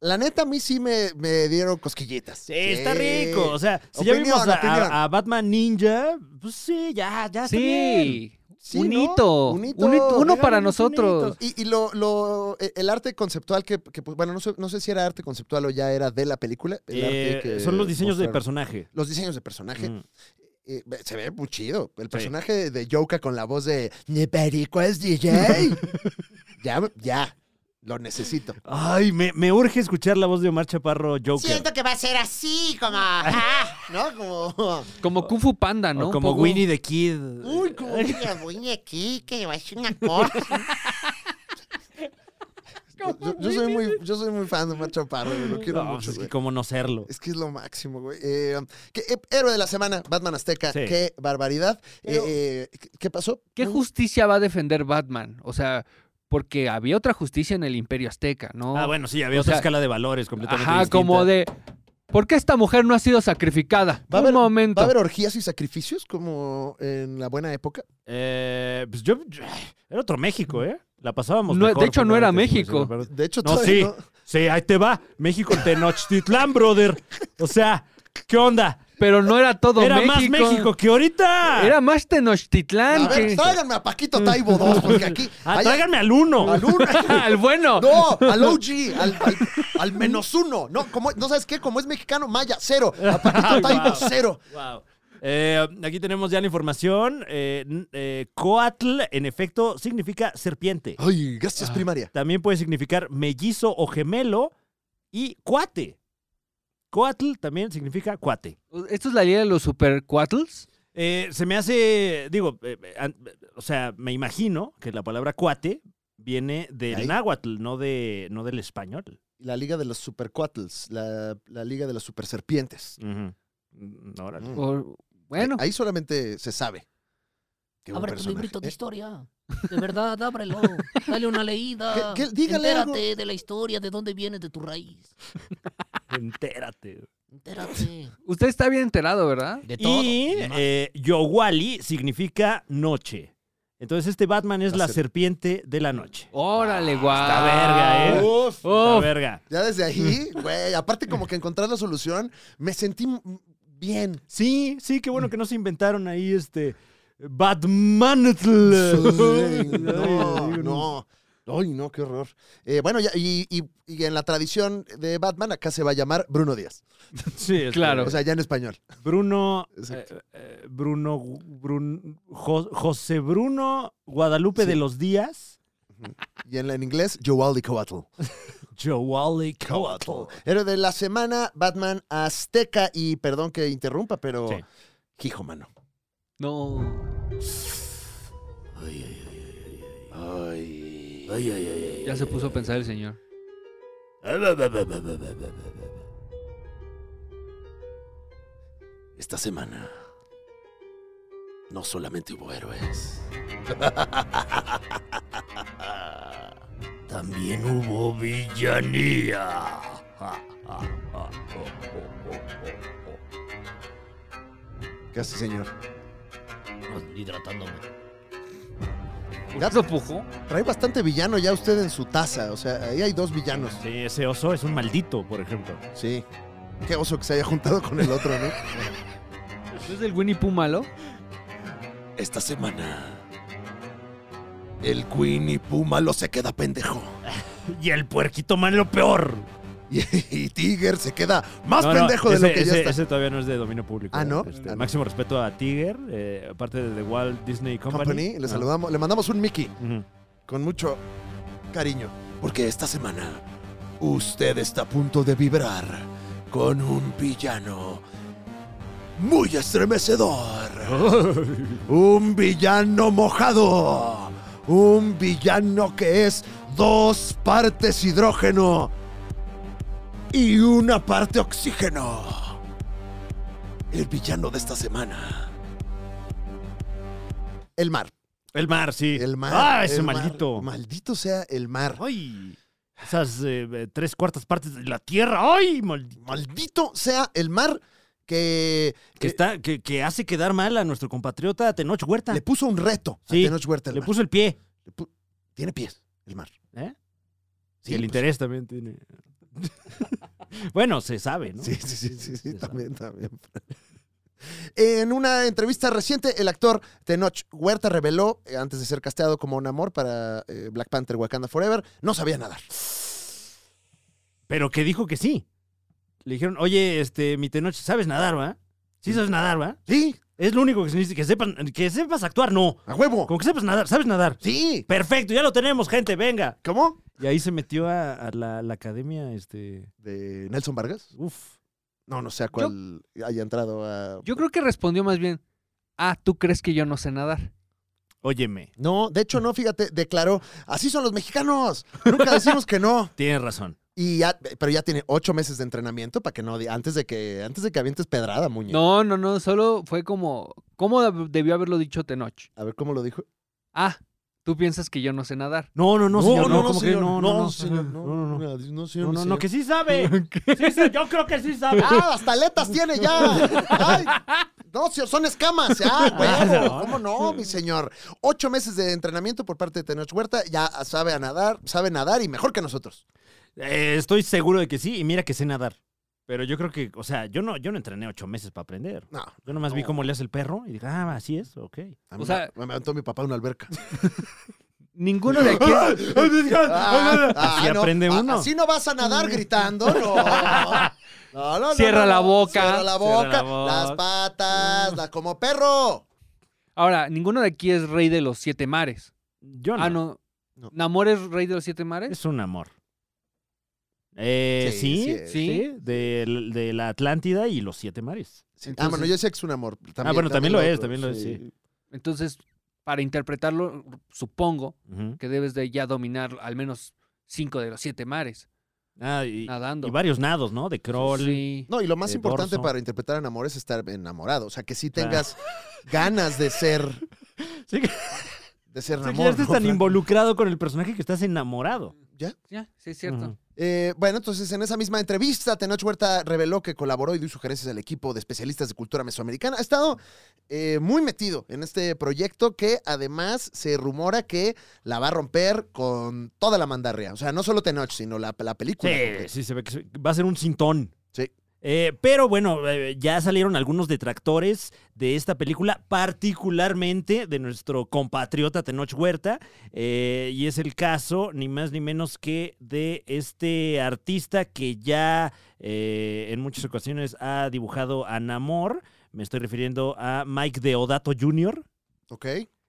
Speaker 2: La neta, a mí sí me, me dieron cosquillitas.
Speaker 1: Sí, está rico. O sea, si
Speaker 2: Opinión,
Speaker 1: ya vimos a,
Speaker 2: opinión.
Speaker 1: a- a Batman Ninja, pues sí, ya,
Speaker 2: Ah,
Speaker 1: ya está bien.
Speaker 3: Sí.
Speaker 2: Sí,
Speaker 3: un,
Speaker 2: ¿no?
Speaker 3: hito.
Speaker 2: Un hito.
Speaker 3: Un hito- Uno
Speaker 1: Digamos,
Speaker 3: para
Speaker 1: un
Speaker 3: nosotros.
Speaker 1: hito.
Speaker 2: Y, y lo, lo- eh, el arte conceptual que, que, pues, bueno, no sé, no sé si era arte conceptual o ya era de la película. el
Speaker 1: Eh,
Speaker 2: arte que
Speaker 1: son los diseños de
Speaker 2: mostraron.
Speaker 1: personaje.
Speaker 2: Los diseños de personaje.
Speaker 1: Mm.
Speaker 2: eh, ve- se ve muy chido. El personaje de Yoka con la voz de ¿Ni perico es DJ? ya, ya. Lo necesito.
Speaker 1: Ay, me, me urge escuchar la voz de Omar Chaparro Joker.
Speaker 5: Siento que va a ser así, como. ah,
Speaker 2: ¿No? Como.
Speaker 3: Como Kung Fu Panda,
Speaker 1: O
Speaker 3: ¿no? Un
Speaker 1: como
Speaker 3: poco.
Speaker 1: Winnie the Kid.
Speaker 5: Uy, como una muñequita, que va a ser una cosa.
Speaker 2: Yo, yo soy muy, yo soy muy fan de Omar Chaparro. güey, Lo quiero
Speaker 1: No, pues
Speaker 2: mucho.
Speaker 1: es que
Speaker 2: güey.
Speaker 1: cómo no serlo.
Speaker 2: Es que es lo máximo, güey. Eh, que- eh, héroe de la semana, Batman Azteca.
Speaker 1: Sí.
Speaker 2: Qué barbaridad.
Speaker 1: Pero-
Speaker 2: Eh, eh, ¿Qué pasó?
Speaker 3: ¿Qué justicia va a defender Batman? O sea, porque había otra justicia en el Imperio Azteca, ¿no?
Speaker 1: Ah, bueno, sí, había
Speaker 3: O
Speaker 1: otra
Speaker 3: sea,
Speaker 1: escala de valores completamente
Speaker 3: Ajá,
Speaker 1: distinta.
Speaker 3: como de. ¿Por qué esta mujer no ha sido sacrificada?
Speaker 2: Va a
Speaker 3: Un
Speaker 2: haber-
Speaker 3: momento.
Speaker 2: ¿Va a haber orgías y sacrificios como en la buena época?
Speaker 1: Eh, pues yo... yo- Era otro México, ¿eh? La pasábamos
Speaker 3: No, de
Speaker 1: mejor,
Speaker 3: hecho, no era
Speaker 1: probablemente,
Speaker 3: México.
Speaker 1: sí, pero-
Speaker 2: De hecho,
Speaker 1: No,
Speaker 2: todavía
Speaker 1: sí. Sí, ahí te va. México Tenochtitlán, brother. O sea, ¿qué onda?
Speaker 3: Pero no era todo
Speaker 1: Era
Speaker 3: México.
Speaker 1: más México que ahorita.
Speaker 3: Era más Tenochtitlán.
Speaker 2: A ver,
Speaker 3: que-
Speaker 2: tráiganme a Paquito Taibo 2, porque aquí.
Speaker 1: Ah,
Speaker 2: hay-
Speaker 1: tráiganme al uno.
Speaker 2: al uno.
Speaker 3: Al bueno.
Speaker 2: No, al OG, al, al- al menos uno. No, como, no sabes qué, como es mexicano, Maya, cero. A Paquito Taibo,
Speaker 1: Wow.
Speaker 2: cero.
Speaker 1: Wow. Eh, aquí tenemos ya la información. Eh, n- eh, coatl, en efecto, significa serpiente.
Speaker 2: Ay, gracias, primaria.
Speaker 1: También puede significar mellizo o gemelo. Y cuate. Coatl también significa cuate.
Speaker 3: ¿Esto es la ley de los supercuatls?
Speaker 1: Eh, se me hace, digo, eh, eh, an- eh, o sea, me imagino que la palabra cuate viene del
Speaker 2: Ahí.
Speaker 1: náhuatl, no, de, no del español.
Speaker 2: La liga de los supercuatls, la, la liga de los superserpientes.
Speaker 1: Mm, órale.
Speaker 2: Mm.
Speaker 3: O- Bueno.
Speaker 2: Ahí solamente se sabe. que hubo un
Speaker 4: Abre tu
Speaker 2: personaje.
Speaker 4: librito de
Speaker 2: Eh,
Speaker 4: historia. De verdad, ábrelo. Dale una leída.
Speaker 2: ¿Qué- qué? Dígale
Speaker 4: Entérate
Speaker 2: algo.
Speaker 4: de la historia, de dónde vienes, de tu raíz.
Speaker 2: Mm.
Speaker 1: Entérate.
Speaker 4: Entérate
Speaker 3: Usted está bien enterado, ¿verdad?
Speaker 4: de todo.
Speaker 1: Y
Speaker 4: Ni más.
Speaker 1: eh, Yowali significa noche. Entonces este Batman es la
Speaker 2: La serp-
Speaker 1: serpiente de la noche.
Speaker 3: Órale, guau.
Speaker 1: Está verga, ¿eh?
Speaker 2: Uf.
Speaker 1: La
Speaker 4: Oh.
Speaker 3: Uf.
Speaker 1: verga.
Speaker 2: Ya desde ahí, güey, aparte como que encontrar la solución, me sentí m- bien.
Speaker 1: Sí, sí, qué bueno que no se inventaron ahí este Batmanatl.
Speaker 2: No, no. Ay, no, qué horror. Eh, bueno, ya- y, y- y en la tradición de Batman, acá se va a llamar Bruno Díaz.
Speaker 1: Sí, este,
Speaker 3: Claro.
Speaker 2: O sea, ya en español.
Speaker 1: Bruno,
Speaker 2: Exacto.
Speaker 1: eh, eh, Bruno, Brun- Jo- José Bruno Guadalupe
Speaker 2: Sí.
Speaker 1: de los Díaz,
Speaker 2: Y en, en inglés, Joaldi Coatl.
Speaker 1: Yowali Coatl.
Speaker 2: Héroe de la semana, Batman Azteca. Y perdón que interrumpa, pero.
Speaker 1: Sí.
Speaker 2: Hijo, mano.
Speaker 3: No.
Speaker 1: Ay, ay, ay, ay.
Speaker 3: Ya se puso a pensar el señor.
Speaker 2: Esta semana no solamente hubo héroes.
Speaker 4: También hubo villanía. Ah,
Speaker 2: ¿Qué hace, señor?
Speaker 4: Hidratándome.
Speaker 2: Ya-
Speaker 3: ¿Gato pujó?
Speaker 2: Trae bastante villano ya usted en su taza. O sea, ahí hay dos villanos.
Speaker 1: Sí, ese oso es un maldito, por ejemplo.
Speaker 2: Sí. Qué oso que se haya juntado con el otro, ¿no?
Speaker 3: ¿Es el Winnie Pooh malo?
Speaker 2: Esta semana, el Queen y Puma lo se queda pendejo.
Speaker 1: Y el puerquito man lo peor.
Speaker 2: Y, y Tiger se queda más
Speaker 1: No, no,
Speaker 2: pendejo de
Speaker 1: ese,
Speaker 2: lo que ya
Speaker 1: ese-
Speaker 2: está.
Speaker 1: ese todavía no es de dominio público.
Speaker 2: Ah, ¿no?
Speaker 1: Este,
Speaker 2: Ah, no.
Speaker 1: Máximo respeto a Tiger, eh, aparte de The Walt Disney Company.
Speaker 2: Company, Ah. le
Speaker 1: No.
Speaker 2: saludamos, le mandamos un Mickey
Speaker 1: Ujú.
Speaker 2: con mucho cariño. Porque esta semana usted está a punto de vibrar con un villano muy estremecedor. Un villano mojado. Un villano que es dos partes hidrógeno y una parte oxígeno. El villano de esta semana. El mar.
Speaker 1: El mar, sí.
Speaker 2: El mar.
Speaker 1: Ah, ese
Speaker 2: el mar.
Speaker 1: maldito.
Speaker 2: Maldito sea el mar.
Speaker 1: Ay, esas eh, eh, tres cuartas partes de la tierra. Ay, maldito.
Speaker 2: Maldito sea el mar que,
Speaker 1: Que, está, que, que hace quedar mal a nuestro compatriota Tenoch Huerta.
Speaker 2: le
Speaker 1: Le,
Speaker 2: puso un reto
Speaker 1: Sí,
Speaker 2: a Tenoch Huerta. el mar.
Speaker 1: puso el pie.
Speaker 2: Le pu- Tiene pies, el mar.
Speaker 1: ¿Eh?
Speaker 2: Sí,
Speaker 1: y el
Speaker 2: pues,
Speaker 1: interés también tiene. bueno, se sabe, ¿no?
Speaker 2: Sí, sí, sí, sí, sí, también, también. En una entrevista reciente, el actor Tenoch Huerta reveló, eh, antes de ser casteado como un amor para eh, Black Panther Wakanda Forever, no sabía nadar.
Speaker 1: Pero que dijo que sí. Le dijeron, oye, este, mi Tenoch, ¿sabes nadar, va? Sí, sabes nadar, va.
Speaker 2: Sí,
Speaker 1: Es lo único que se necesita. Que, sepan, que sepas actuar, no.
Speaker 2: a huevo.
Speaker 1: Con que sepas nadar, sabes nadar.
Speaker 2: Sí.
Speaker 1: Perfecto, ya lo tenemos, gente, venga.
Speaker 2: ¿Cómo?
Speaker 1: Y ahí se metió a, a la, la academia, este.
Speaker 2: ¿De Nelson Vargas?
Speaker 1: Uf.
Speaker 2: No, no sé a cuál haya entrado a...
Speaker 3: Yo creo que respondió más bien. Ah, ¿tú crees que yo no sé nadar?
Speaker 1: Óyeme,
Speaker 2: No, de hecho no, fíjate, declaró, así son los mexicanos, nunca decimos que no.
Speaker 1: tienes razón.
Speaker 2: Y ya, pero ya tiene ocho meses de entrenamiento para que no, di- antes de que, antes de que avientes pedrada, muñe.
Speaker 3: No, no, no, solo fue como. ¿Cómo deb- debió haberlo dicho Tenoch?
Speaker 2: A ver cómo lo dijo.
Speaker 3: Ah, tú piensas que yo no sé nadar.
Speaker 1: No, no, no, señor. No, ¿cómo cree?
Speaker 2: señor,
Speaker 1: no, no, no,
Speaker 2: señor, no,
Speaker 1: no, no, no.
Speaker 2: no, no, señor,
Speaker 1: No, no,
Speaker 2: mi
Speaker 1: no,
Speaker 2: señor.
Speaker 1: que sí sabe. Sí, sí, yo creo que sí sabe.
Speaker 2: ¡Ah, las taletas tiene ya! Ay, no, señor, son escamas. ¡Ah, huevo! ¿Cómo no, mi señor? Ocho meses de entrenamiento por parte de Tenoch Huerta. Ya sabe a nadar, sabe nadar y mejor que nosotros.
Speaker 1: Eh, estoy seguro de que sí, y mira que sé nadar. Pero yo creo que, o sea, yo no, yo no entrené ocho meses para aprender.
Speaker 2: No,
Speaker 1: Yo nomás vi
Speaker 2: No.
Speaker 1: cómo le hace el perro y dije, ah, así es, ok.
Speaker 2: a mí
Speaker 3: O sea-
Speaker 2: me aventó mi papá a una alberca.
Speaker 3: Ninguno de aquí.
Speaker 1: Así
Speaker 2: Ah, no.
Speaker 1: aprende
Speaker 2: Ah,
Speaker 1: uno.
Speaker 2: Así no vas a nadar gritando, no. No, no, no,
Speaker 3: Cierra
Speaker 2: no,
Speaker 3: la
Speaker 2: no.
Speaker 3: boca.
Speaker 2: Cierra la
Speaker 1: Cierra la
Speaker 2: boca,
Speaker 1: boca.
Speaker 2: las patas, la como perro.
Speaker 3: Ahora, ninguno de aquí es rey de los siete mares.
Speaker 1: Yo no.
Speaker 3: Ah, no.
Speaker 2: No.
Speaker 3: ¿Namor es rey de los siete mares?
Speaker 1: Es un amor. Eh,
Speaker 2: Sí,
Speaker 1: sí,
Speaker 2: sí
Speaker 1: sí,
Speaker 2: es.
Speaker 1: De, de la Atlántida y los siete mares.
Speaker 2: ah,
Speaker 3: Entonces-
Speaker 2: bueno, yo decía que es un amor. También,
Speaker 1: Ah, bueno, también lo es,
Speaker 2: otro,
Speaker 1: también lo es, sí.
Speaker 3: Entonces, para interpretarlo, supongo
Speaker 1: Ujú.
Speaker 3: que debes de ya dominar al menos cinco de los siete mares
Speaker 1: Ah, y,
Speaker 3: nadando.
Speaker 1: y varios nados, ¿no? De crawl.
Speaker 3: Sí.
Speaker 2: No, y lo más
Speaker 1: Eh,
Speaker 2: importante
Speaker 1: dorso.
Speaker 2: para interpretar en amor es estar enamorado. O sea, que sí
Speaker 1: Claro.
Speaker 2: tengas ganas de ser,
Speaker 1: Sí, que-
Speaker 2: de ser
Speaker 1: o sea, que
Speaker 2: enamorado.
Speaker 1: ya estás tan involucrado con el personaje que estás enamorado.
Speaker 3: Ya, sí, es cierto.
Speaker 1: Ujú.
Speaker 2: Eh, bueno, entonces en esa misma entrevista, Tenoch Huerta reveló que colaboró y dio sugerencias al equipo de especialistas de cultura mesoamericana. Ha estado eh, muy metido en este proyecto que además se rumora que la va a romper con toda la mandarria. O sea, no solo Tenoch, sino la, la película.
Speaker 1: Sí, sí, se ve que se- va a ser un cintón.
Speaker 2: Sí.
Speaker 1: Eh, pero bueno, eh, ya salieron algunos detractores de esta película, particularmente de nuestro compatriota Tenoch Huerta. eh, y es el caso, ni más ni menos que de este artista que ya eh, en muchas ocasiones ha dibujado a Namor. Me estoy refiriendo a Mike Deodato Jr.,
Speaker 2: ¿Ok?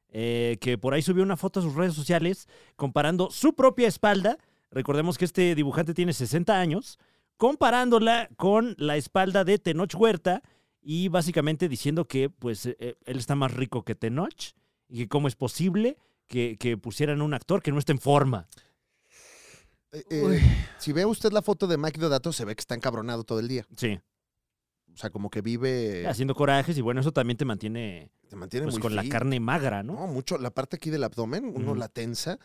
Speaker 1: eh, que por ahí subió una foto a sus redes sociales comparando su propia espalda, recordemos que este dibujante tiene 60 años, comparándola con la espalda de Tenoch Huerta y básicamente diciendo que pues eh, eh, él está más rico que Tenoch y que cómo es posible que, que pusieran un actor que no está en forma.
Speaker 2: Eh, eh,
Speaker 3: Uy.
Speaker 2: si ve usted la foto de Mike Deodato, se ve que está encabronado todo el día.
Speaker 1: Sí,
Speaker 2: O sea, como que vive.
Speaker 1: haciendo corajes y bueno, eso también te mantiene
Speaker 2: Se mantiene
Speaker 1: Ah, pues,
Speaker 2: Eh. muy
Speaker 1: con la
Speaker 2: fit,
Speaker 1: carne magra, ¿no?
Speaker 2: ¿no? Mucho. La parte aquí del abdomen, uno
Speaker 1: Ujú.
Speaker 2: la tensa.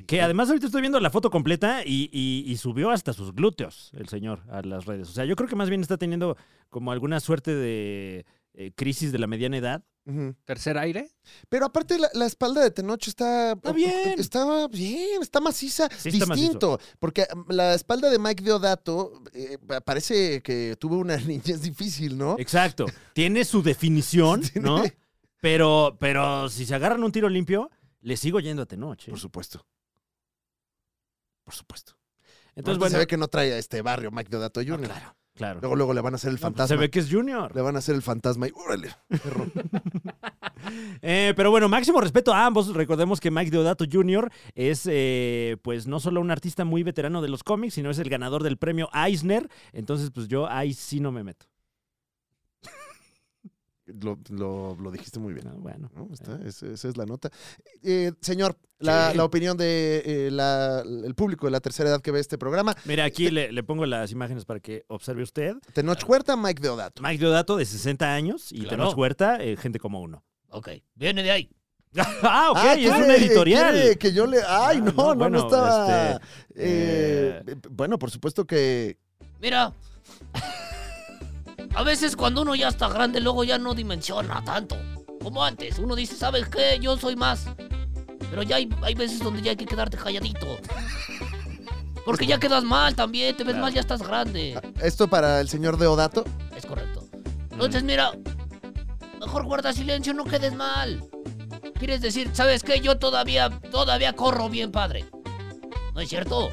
Speaker 2: y-
Speaker 1: Que además ahorita estoy viendo la foto completa y, y- y subió hasta sus glúteos el señor a las redes. O sea, yo creo que más bien está teniendo como alguna suerte de eh, crisis de la mediana edad.
Speaker 2: Ujú.
Speaker 3: ¿Tercer aire?
Speaker 2: Pero aparte, la, la espalda de Tenoch está.
Speaker 1: Está bien.
Speaker 2: Está bien, está maciza.
Speaker 1: Sí está
Speaker 2: distinto. Porque um, la espalda de Mike Deodato eh, pa- parece que tuvo una niñez difícil, ¿no?
Speaker 1: Exacto. Tiene su definición, ¿no? Pero, pero si se agarran un tiro limpio, le sigo yendo a Tenoch. ¿eh?
Speaker 2: Por supuesto. Por supuesto.
Speaker 1: Entonces,
Speaker 2: Aparte, Se
Speaker 1: bueno, Ah,
Speaker 2: ve que no trae a este barrio Mike Deodato Jr.
Speaker 1: claro.
Speaker 2: Luego, luego le van a hacer el
Speaker 1: No, pues,
Speaker 2: fantasma.
Speaker 1: se ve que es Junior.
Speaker 2: Le van a hacer el fantasma y órale. perro.
Speaker 1: Eh, pero bueno, máximo respeto a ambos. Recordemos que Mike Deodato Jr. es, eh, pues, no solo un artista muy veterano de los cómics, sino es el ganador del premio Eisner. Entonces, pues yo ahí sí no me meto.
Speaker 2: lo, lo- lo dijiste muy bien.
Speaker 1: No, bueno.
Speaker 2: ¿no? Está- es- esa es la nota. Eh, señor, la,
Speaker 1: Sí.
Speaker 2: la opinión del de, eh, la- el público de la tercera edad que ve este programa.
Speaker 1: Mira, aquí le, le pongo las imágenes para que observe usted.
Speaker 2: Tenoch Huerta, Mike Deodato.
Speaker 1: Mike Deodato de 60 años y
Speaker 4: Claro.
Speaker 1: Tenoch Huerta, eh, gente como uno.
Speaker 4: Ok, viene de ahí.
Speaker 1: ah, ok,
Speaker 2: Ah,
Speaker 1: es
Speaker 2: quiere-
Speaker 1: una editorial.
Speaker 2: quiere Que yo le. Ay,
Speaker 1: Ah,
Speaker 2: no,
Speaker 1: no,
Speaker 2: no, no,
Speaker 1: bueno,
Speaker 2: estaba.
Speaker 1: este,
Speaker 2: eh, Bueno, por supuesto que.
Speaker 4: Mira. A veces cuando uno ya está grande, luego ya no dimensiona tanto. Como antes, uno dice, ¿sabes qué? Yo soy más. Pero ya hay, hay veces donde ya hay que quedarte calladito. Porque
Speaker 1: Este,
Speaker 4: ya quedas mal también, te ves mal, ya estás grande.
Speaker 2: Esto para el señor Deodato.
Speaker 4: Es correcto. Entonces, mira, mejor guarda silencio, no quedes mal. Quieres decir, ¿sabes qué? Yo todavía, todavía corro bien, padre. ¿No es cierto?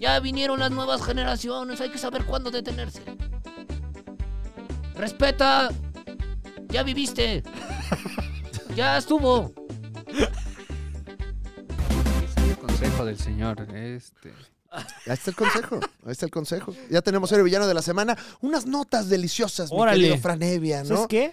Speaker 4: ya vinieron las nuevas generaciones, hay que saber cuándo detenerse. Respeta, ya viviste. ya estuvo.
Speaker 3: Ese es el consejo del señor. Este.
Speaker 2: Ahí está el consejo. Ahí está el consejo. Ya tenemos el villano de la semana. Unas notas deliciosas, mi
Speaker 1: Órale.
Speaker 2: querido Fran Evia,
Speaker 1: ¿Sabes
Speaker 2: ¿no?
Speaker 1: qué?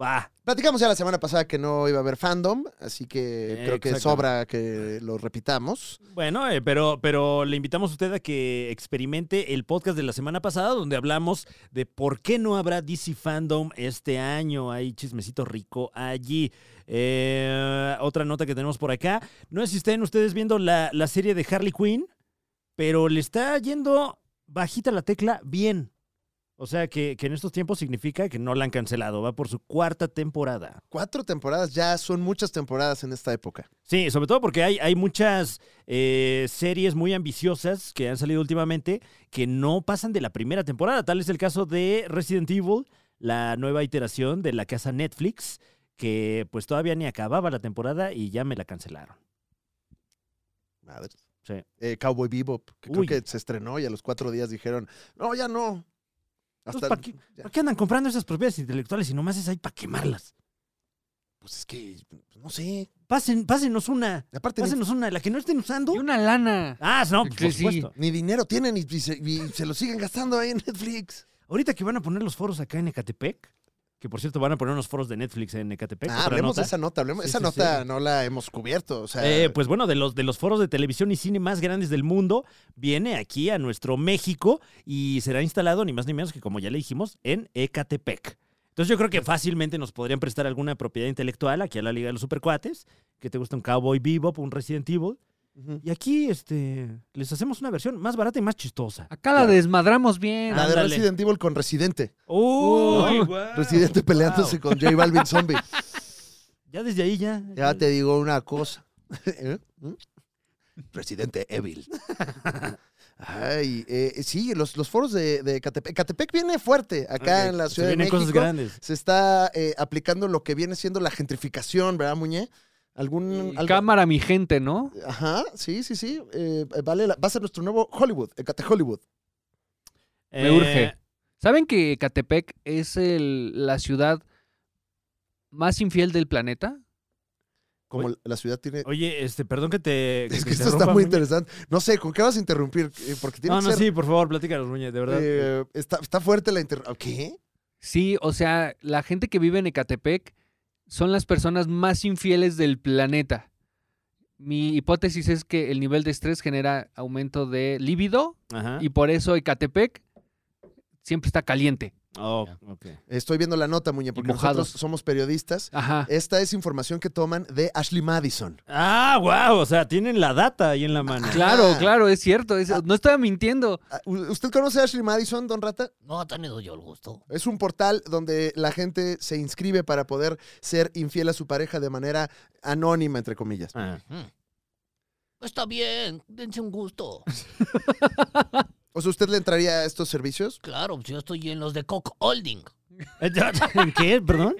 Speaker 1: Va.
Speaker 2: Platicamos ya la semana pasada que no iba a haber fandom, así que
Speaker 1: Eh,
Speaker 2: creo que
Speaker 1: exactamente.
Speaker 2: sobra que lo repitamos.
Speaker 1: Bueno, eh, pero, pero le invitamos a usted a que experimente el podcast de la semana pasada, donde hablamos de por qué no habrá DC Fandom este año. Hay chismecito rico allí. Eh, otra nota que tenemos por acá. No sé si estén ustedes viendo la, la serie de Harley Quinn, pero le está yendo bajita la tecla bien. O sea que, que en estos tiempos significa que no la han cancelado. Va por su cuarta temporada.
Speaker 2: Cuatro temporadas, ya son muchas temporadas en esta época.
Speaker 1: Sí, sobre todo porque hay, hay muchas eh, series muy ambiciosas que han salido últimamente que no pasan de la primera temporada. Tal es el caso de Resident Evil, la nueva iteración de la casa Netflix, que pues todavía ni acababa la temporada y ya me la cancelaron.
Speaker 2: Madre.
Speaker 1: Sí.
Speaker 2: Eh, Cowboy Bebop, que
Speaker 1: Uy.
Speaker 2: creo que se estrenó y a los cuatro días dijeron, no, ya no.
Speaker 1: Entonces,
Speaker 2: Hasta,
Speaker 1: ¿para, Pues, qué,
Speaker 2: ya.
Speaker 1: para qué andan comprando esas propiedades intelectuales si nomás es ahí para quemarlas?
Speaker 2: Pues es que, pues, no sé.
Speaker 1: Pasen, pásenos una,
Speaker 2: Y Aparte, ni,
Speaker 1: pásenos una, la que no estén usando.
Speaker 3: Y una lana.
Speaker 1: Ah, no, pues,
Speaker 3: Sí,
Speaker 1: por
Speaker 3: sí.
Speaker 1: supuesto.
Speaker 2: ni dinero tienen y, y se, y se lo siguen gastando ahí en Netflix.
Speaker 1: Ahorita que van a poner los foros acá en Ecatepec, que por cierto van a poner unos foros de Netflix en Ecatepec.
Speaker 2: Ah,
Speaker 1: otra
Speaker 2: hablemos
Speaker 1: nota.
Speaker 2: de esa nota. hablemos-
Speaker 1: pues, Sí,
Speaker 2: esa
Speaker 1: sí,
Speaker 2: nota
Speaker 1: sí.
Speaker 2: no la hemos cubierto. O sea,
Speaker 1: Eh, pues bueno, de los, de los foros de televisión y cine más grandes del mundo, viene aquí a nuestro México y será instalado ni más ni menos que, como ya le dijimos, en Ecatepec. Entonces yo creo que fácilmente nos podrían prestar alguna propiedad intelectual aquí a la Liga de los Supercuates, que te gusta un Cowboy Bebop, un Resident Evil.
Speaker 2: ujú.
Speaker 1: Y aquí este, les hacemos una versión más barata y más chistosa.
Speaker 3: Acá la desmadramos bien.
Speaker 2: la de
Speaker 1: ándale.
Speaker 2: Resident Evil con Residente.
Speaker 1: Ah, ¡Uy!
Speaker 3: No.
Speaker 1: guau!
Speaker 2: Residente peleándose con J Balvin Zombie.
Speaker 1: Ya desde ahí ya.
Speaker 2: Ya te digo una cosa. ¿Eh? ¿Mm? Residente Evil. Ay, eh, sí, los, los foros de, de Catepec. Catepec viene fuerte acá en la
Speaker 1: pues Se
Speaker 2: Ciudad de
Speaker 1: vienen
Speaker 2: México.
Speaker 1: cosas grandes.
Speaker 2: Se está eh, aplicando lo que viene siendo la gentrificación, ¿verdad, Muñe? ¿Algún,
Speaker 3: Y
Speaker 2: algo-
Speaker 3: Cámara, mi gente, ¿no?
Speaker 2: Ajá, sí, sí, sí. eh, vale, la- va a ser nuestro nuevo Hollywood, el Cate Hollywood.
Speaker 3: Me
Speaker 1: Eh,
Speaker 3: urge. ¿Saben que Catepec es el- la ciudad más infiel del planeta?
Speaker 2: Como la ciudad tiene.
Speaker 1: Oye, este, perdón que te. te
Speaker 2: es que esto está
Speaker 1: interrumpa,
Speaker 2: muy
Speaker 1: Muñe.
Speaker 2: interesante. No sé, ¿con qué vas a interrumpir? Eh, Porque tiene
Speaker 1: No,
Speaker 2: que
Speaker 1: no,
Speaker 2: ser.
Speaker 1: sí, por favor, platícanos, Muñe, de verdad.
Speaker 2: eh, está, está fuerte la interrupción. ¿Qué?
Speaker 3: Sí, o sea, la gente que vive en Ecatepec son las personas más infieles del planeta. Mi hipótesis es que el nivel de estrés genera aumento de líbido
Speaker 1: Ajá.
Speaker 3: y por eso Ecatepec siempre está caliente.
Speaker 1: Oh, ok.
Speaker 2: Estoy viendo la nota, Muñe, porque
Speaker 3: mojados.
Speaker 2: nosotros somos periodistas.
Speaker 3: Ajá.
Speaker 2: Esta es información que toman de Ashley Madison.
Speaker 1: Ah, wow. O sea, tienen la data ahí en
Speaker 4: Ah,
Speaker 1: la mano.
Speaker 3: Claro, claro, es cierto. es- no estaba mintiendo.
Speaker 2: Ah, ¿u- ¿Usted conoce a Ashley Madison, don Rata?
Speaker 4: No, ha tenido yo el gusto.
Speaker 2: Es un portal donde la gente se inscribe para poder ser infiel a su pareja de manera anónima, entre comillas.
Speaker 1: Ah.
Speaker 4: Hmm. Está bien, dense un gusto.
Speaker 2: O sea, ¿usted le entraría a estos servicios?
Speaker 4: Claro, pues yo estoy en los de Cock Holding.
Speaker 1: ¿En qué? Perdón.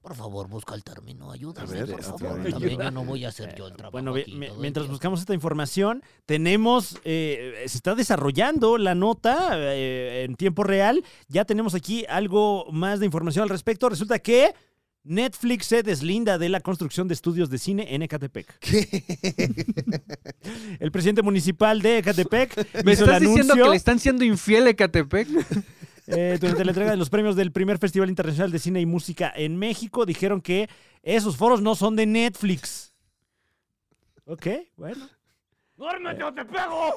Speaker 4: Por favor, busca el término, ayúdame,
Speaker 2: A ver,
Speaker 4: por
Speaker 2: a
Speaker 4: favor.
Speaker 2: ver.
Speaker 4: También yo no voy a hacer yo el trabajo.
Speaker 1: Bueno, ve-
Speaker 4: aquí
Speaker 1: mi-
Speaker 4: todo el
Speaker 1: mientras
Speaker 4: día.
Speaker 1: buscamos esta información, tenemos, eh, se está desarrollando la nota eh, en tiempo real. Ya tenemos aquí algo más de información al respecto. Resulta que Netflix se deslinda de la construcción de estudios de cine en Ecatepec. El presidente municipal de Ecatepec
Speaker 3: ¿Me
Speaker 1: hizo el
Speaker 3: estás diciendo
Speaker 1: anuncio
Speaker 3: que le están siendo infiel a Ecatepec?
Speaker 1: eh, durante la entrega de los premios del primer Festival Internacional de Cine y Música en México. Dijeron que esos foros no son de Netflix. Ok, bueno. Eh.
Speaker 4: ¡Duérmete o te pego!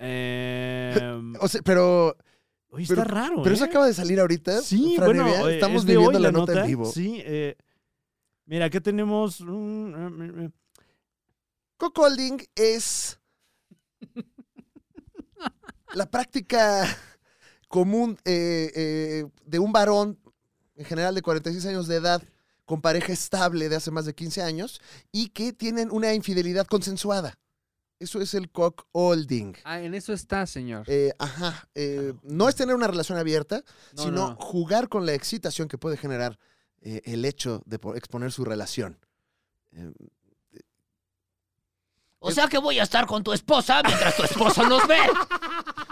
Speaker 1: Em,
Speaker 2: O sea, pero,
Speaker 1: Oye, está raro.
Speaker 2: pero
Speaker 1: ¿eh?
Speaker 2: eso acaba de salir ahorita.
Speaker 1: Sí,
Speaker 2: Fran
Speaker 1: bueno,
Speaker 2: Evia.
Speaker 1: eh,
Speaker 2: estamos
Speaker 1: es de
Speaker 2: viviendo
Speaker 1: hoy
Speaker 2: la nota, en vivo.
Speaker 1: Sí, eh, mira, acá tenemos. un- eh, eh, eh.
Speaker 2: Coco Holding es la práctica común eh, eh, de un varón, en general de 46 años de edad, con pareja estable de hace más de 15 años y que tienen una infidelidad consensuada. Eso es el cock holding.
Speaker 3: Ah, en eso está, señor.
Speaker 2: Eh, ajá, eh, no es tener una relación abierta,
Speaker 3: No,
Speaker 2: sino
Speaker 3: no, no.
Speaker 2: jugar con la excitación que puede generar eh, el hecho de po- exponer su relación. Eh,
Speaker 4: O sea que voy a estar con tu esposa mientras tu esposo nos ve.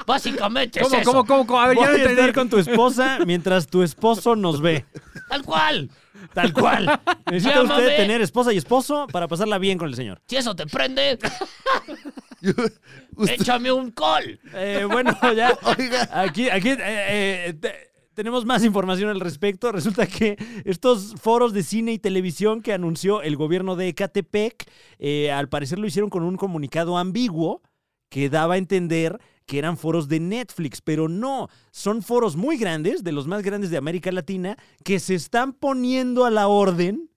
Speaker 4: Básicamente
Speaker 3: ¿Cómo,
Speaker 4: es eso.
Speaker 3: cómo, cómo, cómo? A ver,
Speaker 1: Voy
Speaker 3: ya
Speaker 1: a
Speaker 3: no entendí.
Speaker 1: estar con tu esposa mientras tu esposo nos ve.
Speaker 4: Tal cual.
Speaker 1: Tal cual. Necesita
Speaker 4: Llámame.
Speaker 1: usted tener esposa y esposo para pasarla bien con el señor.
Speaker 4: Si eso te prende,
Speaker 3: Eh,
Speaker 2: usted-
Speaker 4: échame un call.
Speaker 1: Eh, bueno, ya.
Speaker 2: Oiga.
Speaker 1: Aquí, aquí eh, eh, te- tenemos más información al respecto. Resulta que estos foros de cine y televisión que anunció el gobierno de Ecatepec, eh, al parecer lo hicieron con un comunicado ambiguo que daba a entender que eran foros de Netflix, pero no, son foros muy grandes, de los más grandes de América Latina, que se están poniendo a la orden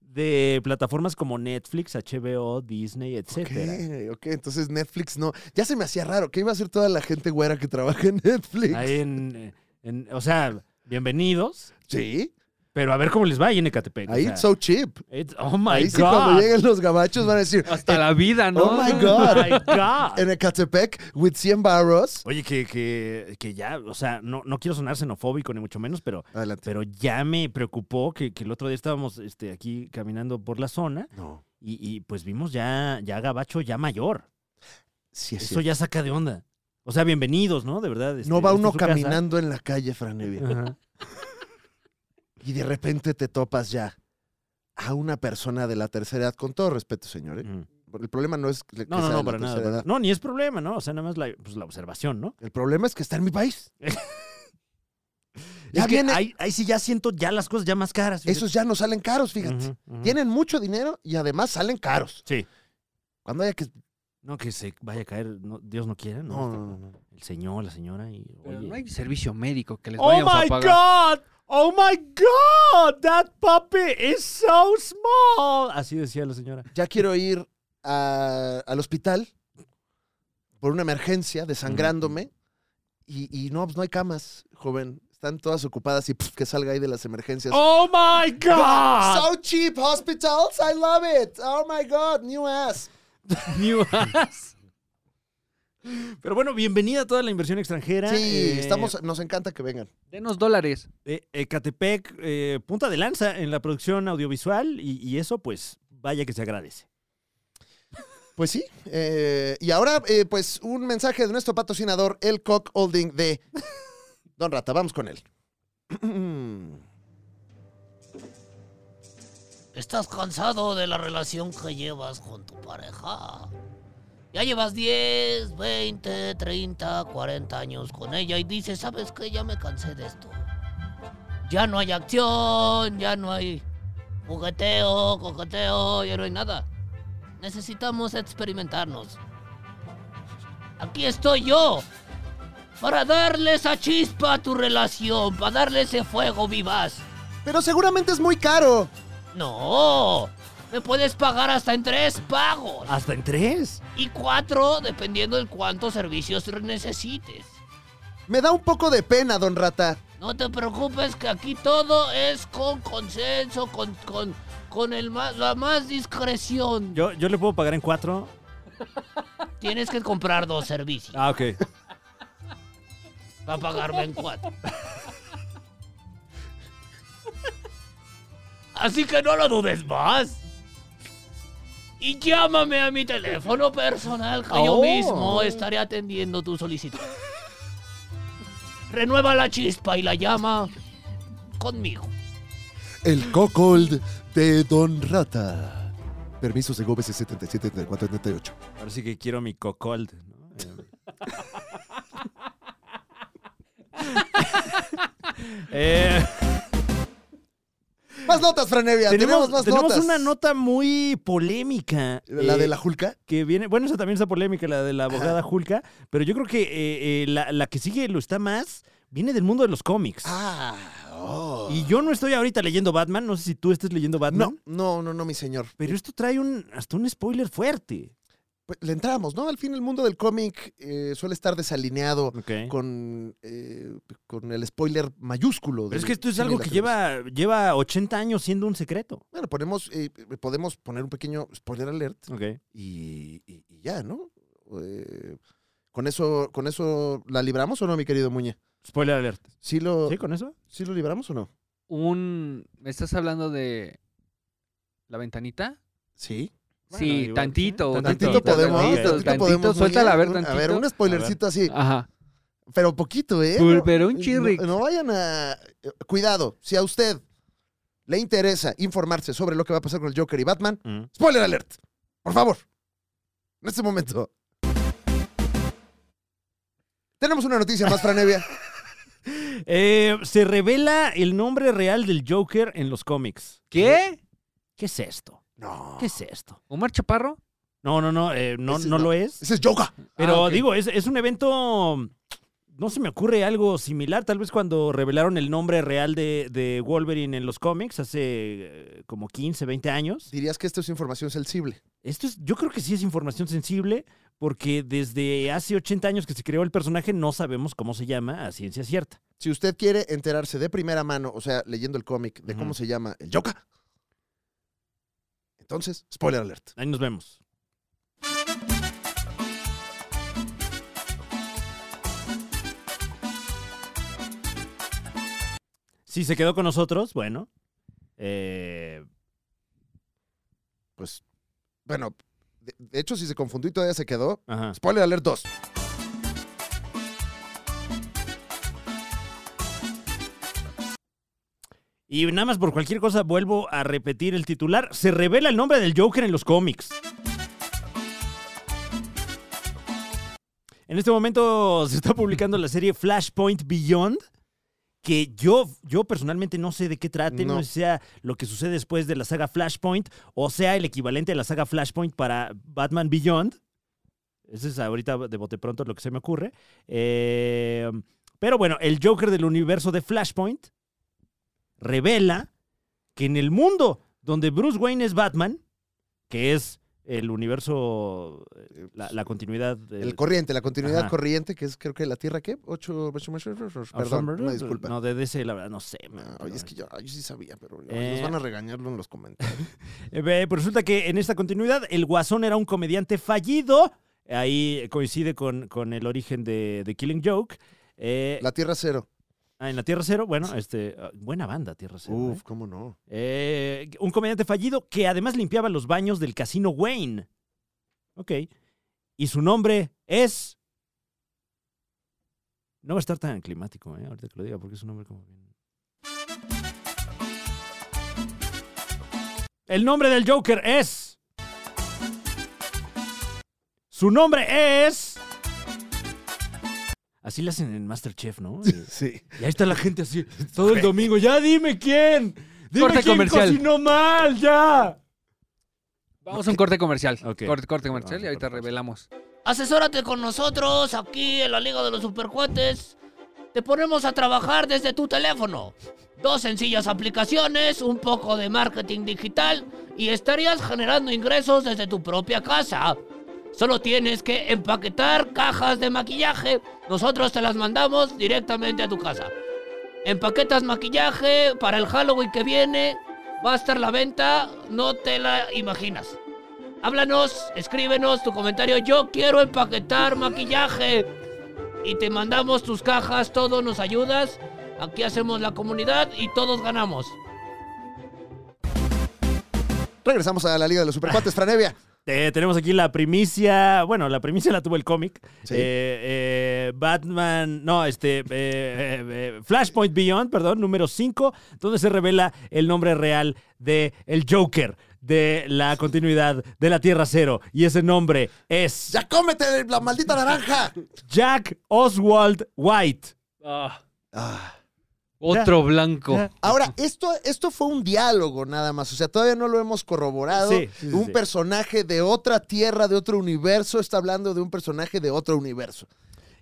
Speaker 1: de plataformas como Netflix, HBO, Disney, etcétera.
Speaker 2: Ok, ok, entonces Netflix no. Ya se me hacía raro. ¿Qué iba a hacer toda la gente güera que trabaja en Netflix?
Speaker 1: Ahí en- eh, en- o sea, bienvenidos,
Speaker 2: sí,
Speaker 1: pero a ver cómo les va ahí en Ecatepec. o
Speaker 2: ahí
Speaker 1: sea,
Speaker 2: it's so cheap.
Speaker 1: it's- oh my
Speaker 2: Ahí sí, cuando
Speaker 1: God. Ah.
Speaker 2: lleguen los gabachos van a decir,
Speaker 3: Hasta la vida, ¿no?
Speaker 2: oh my
Speaker 1: Oh
Speaker 2: God,
Speaker 1: my God.
Speaker 2: en Ecatepec with 100 barros.
Speaker 1: Oye, que, que, que ya, o sea, no, no quiero sonar xenofóbico ni mucho menos, pero,
Speaker 2: Adelante.
Speaker 1: pero ya me preocupó que, que el otro día estábamos este, aquí caminando por la zona
Speaker 2: No,
Speaker 1: y, y, pues vimos ya, ya a Gabacho ya mayor.
Speaker 2: sí es
Speaker 1: Eso
Speaker 2: cierto.
Speaker 1: ya saca de onda. O sea, bienvenidos, ¿no? De verdad. este,
Speaker 2: No va
Speaker 1: esta es
Speaker 2: uno
Speaker 1: su casa.
Speaker 2: caminando en la calle, Franevia,
Speaker 1: Ajá.
Speaker 2: y de repente te topas ya a una persona de la tercera edad, con todo respeto, señor. ¿eh?
Speaker 1: Mm.
Speaker 2: El problema no es que que
Speaker 1: No, no,
Speaker 2: sea de
Speaker 1: no,
Speaker 2: la
Speaker 1: para nada.
Speaker 2: tercera
Speaker 1: para-
Speaker 2: edad.
Speaker 1: No, ni es problema, ¿no? O sea, nada más la, pues, la observación, ¿no?
Speaker 2: El problema es que está en mi país. Ya
Speaker 1: es que
Speaker 2: viene-
Speaker 1: ahí, ahí sí ya siento ya las cosas ya más caras. fíjate.
Speaker 2: Esos ya no salen caros, fíjate.
Speaker 1: Ujú, ujú.
Speaker 2: Tienen mucho dinero y además salen caros.
Speaker 1: Sí.
Speaker 2: Cuando haya que.
Speaker 1: No, que se vaya a caer, no, Dios no quiera, ¿no?
Speaker 2: No, no, no, no.
Speaker 1: El señor, la señora y...
Speaker 3: Pero
Speaker 1: oye.
Speaker 3: no hay servicio médico que les
Speaker 1: ¡Oh,
Speaker 3: vayamos a
Speaker 1: my
Speaker 3: pagar.
Speaker 1: God! ¡Oh, my God! ¡That puppy is so small! Así decía la señora.
Speaker 2: Ya quiero ir a- al hospital por una emergencia, desangrándome. y, y no, pues no hay camas, joven. Están todas ocupadas y pf, que salga ahí de las emergencias.
Speaker 1: ¡Oh, my God!
Speaker 2: So cheap hospitals, I love it. Oh my God, new ass.
Speaker 3: New ass.
Speaker 1: Pero bueno, bienvenida a toda la inversión extranjera.
Speaker 2: Sí,
Speaker 1: Eh,
Speaker 2: estamos, nos encanta que vengan.
Speaker 3: Denos dólares.
Speaker 1: eh, Ecatepec, eh, punta de lanza en la producción audiovisual y, y eso, pues, vaya que se agradece.
Speaker 2: Pues sí. eh, y ahora, eh, pues un mensaje de nuestro patrocinador, el Cock Holding de Don Rata. Vamos con él.
Speaker 4: ¿Estás cansado de la relación que llevas con tu pareja? Ya llevas 10, 20, 30, 40 años con ella y dices, ¿sabes qué? Ya me cansé de esto. Ya no hay acción, ya no hay jugueteo, coqueteo, ya no hay nada. Necesitamos experimentarnos. Aquí estoy yo. Para darle esa chispa a tu relación, para darle ese fuego vivaz.
Speaker 2: Pero seguramente es muy caro.
Speaker 4: No, me puedes pagar hasta en tres pagos.
Speaker 1: ¿Hasta en tres?
Speaker 4: Y cuatro, dependiendo de cuántos servicios necesites.
Speaker 2: Me da un poco de pena, don Rata.
Speaker 4: No te preocupes que aquí todo es con consenso, con, con, con el más, la más discreción.
Speaker 1: Yo, yo le puedo pagar en cuatro.
Speaker 4: Tienes que comprar dos servicios
Speaker 1: Ah, ok.
Speaker 4: para pagarme en cuatro. Así que no lo dudes más. Y llámame a mi teléfono personal que yo
Speaker 3: Oh.
Speaker 4: mismo estaré atendiendo tu solicitud. Renueva la chispa y la llama conmigo.
Speaker 2: El Cocold de Don Rata. Permisos de Gómez 77, 34, 38.
Speaker 1: Ahora sí que quiero mi cocold. ¿no? Eh, eh,
Speaker 2: Más notas, Franevia. Tenemos,
Speaker 1: tenemos
Speaker 2: más
Speaker 1: tenemos
Speaker 2: notas.
Speaker 1: una nota muy polémica.
Speaker 2: La
Speaker 1: eh,
Speaker 2: de la Julca.
Speaker 1: que viene, bueno, esa también está polémica, la de la abogada Julka, pero yo creo que eh, eh, la, la que sigue lo está más, viene del mundo de los cómics.
Speaker 2: Ah, oh.
Speaker 1: Y yo no estoy ahorita leyendo Batman, no sé si tú estés leyendo Batman.
Speaker 2: No, no, no, no, mi señor.
Speaker 1: Pero esto trae un, hasta un spoiler fuerte.
Speaker 2: Pues, le entramos, ¿no? Al fin el mundo del cómic eh, suele estar desalineado con, eh, con el spoiler mayúsculo.
Speaker 1: Pero
Speaker 2: del
Speaker 1: es que esto es
Speaker 2: cine y
Speaker 1: algo
Speaker 2: la
Speaker 1: que
Speaker 2: televisión.
Speaker 1: lleva, lleva 80 años siendo un secreto.
Speaker 2: Bueno, ponemos, eh, podemos poner un pequeño spoiler alert y, y- y ya, ¿no? Eh, con eso, con eso la libramos o no, mi querido Muñe.
Speaker 1: Spoiler alert.
Speaker 2: ¿Sí lo,
Speaker 1: ¿Sí, con eso?
Speaker 2: ¿sí lo libramos o no?
Speaker 3: Un. ¿Me estás hablando de. la ventanita?
Speaker 2: Sí.
Speaker 1: Bueno,
Speaker 3: sí,
Speaker 1: igual,
Speaker 3: Oh, tantito,
Speaker 1: sí.
Speaker 2: Tantito,
Speaker 1: Tantito,
Speaker 2: podemos,
Speaker 1: tantito,
Speaker 2: tantito, podemos. Muñe.
Speaker 3: suéltala a ver,
Speaker 2: Un-
Speaker 3: tantito.
Speaker 2: A ver, Ah. un spoilercito así,
Speaker 3: Ajá.
Speaker 2: pero poquito, ¿eh?
Speaker 3: Pul-
Speaker 2: No-
Speaker 3: pero un
Speaker 2: no-
Speaker 3: chirric.
Speaker 2: No, vayan a... eh, Cuidado, si a usted le interesa informarse sobre lo que va a pasar con el Joker y Batman,
Speaker 1: Mm.
Speaker 2: spoiler alert, por favor, en este momento. Tenemos una noticia más, Franevia.
Speaker 1: Eh, se revela el nombre real del Joker en los cómics.
Speaker 3: ¿Qué?
Speaker 1: ¿Qué es esto?
Speaker 2: No.
Speaker 1: ¿Qué es esto?
Speaker 3: ¿Omar Chaparro?
Speaker 1: No, no, no, eh, no,
Speaker 2: Ese
Speaker 1: no
Speaker 2: no.
Speaker 1: lo es.
Speaker 2: Ese es Joker.
Speaker 1: Pero
Speaker 3: Ah, ok.
Speaker 1: digo, es, es un evento. No se me ocurre algo similar. Tal vez cuando revelaron el nombre real de, de Wolverine en los cómics hace eh, como 15, 20 años.
Speaker 2: Dirías que esto es información sensible.
Speaker 1: Esto es, yo creo que sí es información sensible, porque desde hace 80 años que se creó el personaje no sabemos cómo se llama a ciencia cierta.
Speaker 2: Si usted quiere enterarse de primera mano, o sea, leyendo el cómic, de cómo
Speaker 1: Ujú.
Speaker 2: se llama el Joker, entonces, spoiler alert.
Speaker 1: Ahí nos vemos. Si se quedó con nosotros, bueno. Eh,
Speaker 2: Pues, bueno, de, de hecho, si se confundió y todavía se quedó,
Speaker 1: ajá.
Speaker 2: spoiler alert 2.
Speaker 1: Y nada más por cualquier cosa vuelvo a repetir el titular. Se revela el nombre del Joker en los cómics. En este momento se está publicando la serie Flashpoint Beyond, que yo, yo personalmente no sé de qué trate, no.
Speaker 2: No.
Speaker 1: sé si sea lo que sucede después de la saga Flashpoint o sea el equivalente de la saga Flashpoint para Batman Beyond. Ese es ahorita de bote pronto lo que se me ocurre. Eh, pero bueno, el Joker del universo de Flashpoint revela que en el mundo donde Bruce Wayne es Batman, que es el universo, eh, la, la continuidad del...
Speaker 2: El corriente, la continuidad
Speaker 1: Ajá.
Speaker 2: corriente, que es creo que la Tierra, ¿qué? 8, perdón, una disculpa.
Speaker 1: pues, No, de DC, la verdad, no sé. man,
Speaker 2: Ah,
Speaker 1: no
Speaker 2: oye, es que yo, yo sí sabía, pero no,
Speaker 1: Eh.
Speaker 2: nos van a regañarlo en los comentarios.
Speaker 1: Eh, ve, pues resulta que en esta continuidad el Guasón era un comediante fallido. Ahí coincide con, con el origen de, de Killing Joke. Eh,
Speaker 2: La Tierra Cero.
Speaker 1: ah, en la Tierra Cero, bueno, este, ah, buena banda Tierra Cero. ¿eh?
Speaker 2: Uf, cómo no.
Speaker 1: Eh, un comediante fallido que además limpiaba los baños del casino Wayne. Ok. Y su nombre es... No va a estar tan climático, ¿eh? ahorita que lo diga, porque es un nombre como bien... El nombre del Joker es... Su nombre es. Así le hacen en Masterchef, ¿no? Y
Speaker 2: Sí.
Speaker 1: ahí está la gente así, todo el domingo. ¡Ya dime quién! ¡Dime
Speaker 3: Corte
Speaker 1: quién
Speaker 3: comercial.
Speaker 1: cocinó mal! ¡Ya!
Speaker 3: Vamos a un corte comercial.
Speaker 1: Ok.
Speaker 3: Corte, corte comercial
Speaker 1: Vamos
Speaker 3: y
Speaker 1: a
Speaker 3: ahorita
Speaker 1: corte.
Speaker 3: revelamos.
Speaker 4: Asesórate con nosotros aquí en la Liga de los Supercuates. Te ponemos a trabajar desde tu teléfono. Dos sencillas aplicaciones, un poco de marketing digital y estarías generando ingresos desde tu propia casa. Solo tienes que empaquetar cajas de maquillaje. Nosotros te las mandamos directamente a tu casa. Empaquetas maquillaje para el Halloween que viene. Va a estar la venta, no te la imaginas. Háblanos, escríbenos tu comentario. Yo quiero empaquetar maquillaje. Y te mandamos tus cajas, todo nos ayudas. Aquí hacemos la comunidad y todos ganamos.
Speaker 2: Regresamos a la Liga de los Supercuates, Franevia.
Speaker 1: Eh, tenemos aquí la primicia. Bueno, la primicia la tuvo el cómic.
Speaker 2: Sí.
Speaker 1: Eh, eh, Batman. No, este. eh, eh, eh, Flashpoint Beyond, perdón, número 5, donde se revela el nombre real de el Joker de la continuidad de la Tierra Cero. Y ese nombre es
Speaker 2: ¡Ya cómete la maldita naranja!
Speaker 1: Jack Oswald White.
Speaker 2: Ah.
Speaker 3: Otro blanco.
Speaker 1: ya.
Speaker 2: Ahora, esto, esto fue un diálogo nada más, o sea, todavía no lo hemos corroborado.
Speaker 1: Sí, sí, sí,
Speaker 2: un
Speaker 1: sí.
Speaker 2: personaje de otra tierra, de otro universo, está hablando de un personaje de otro universo.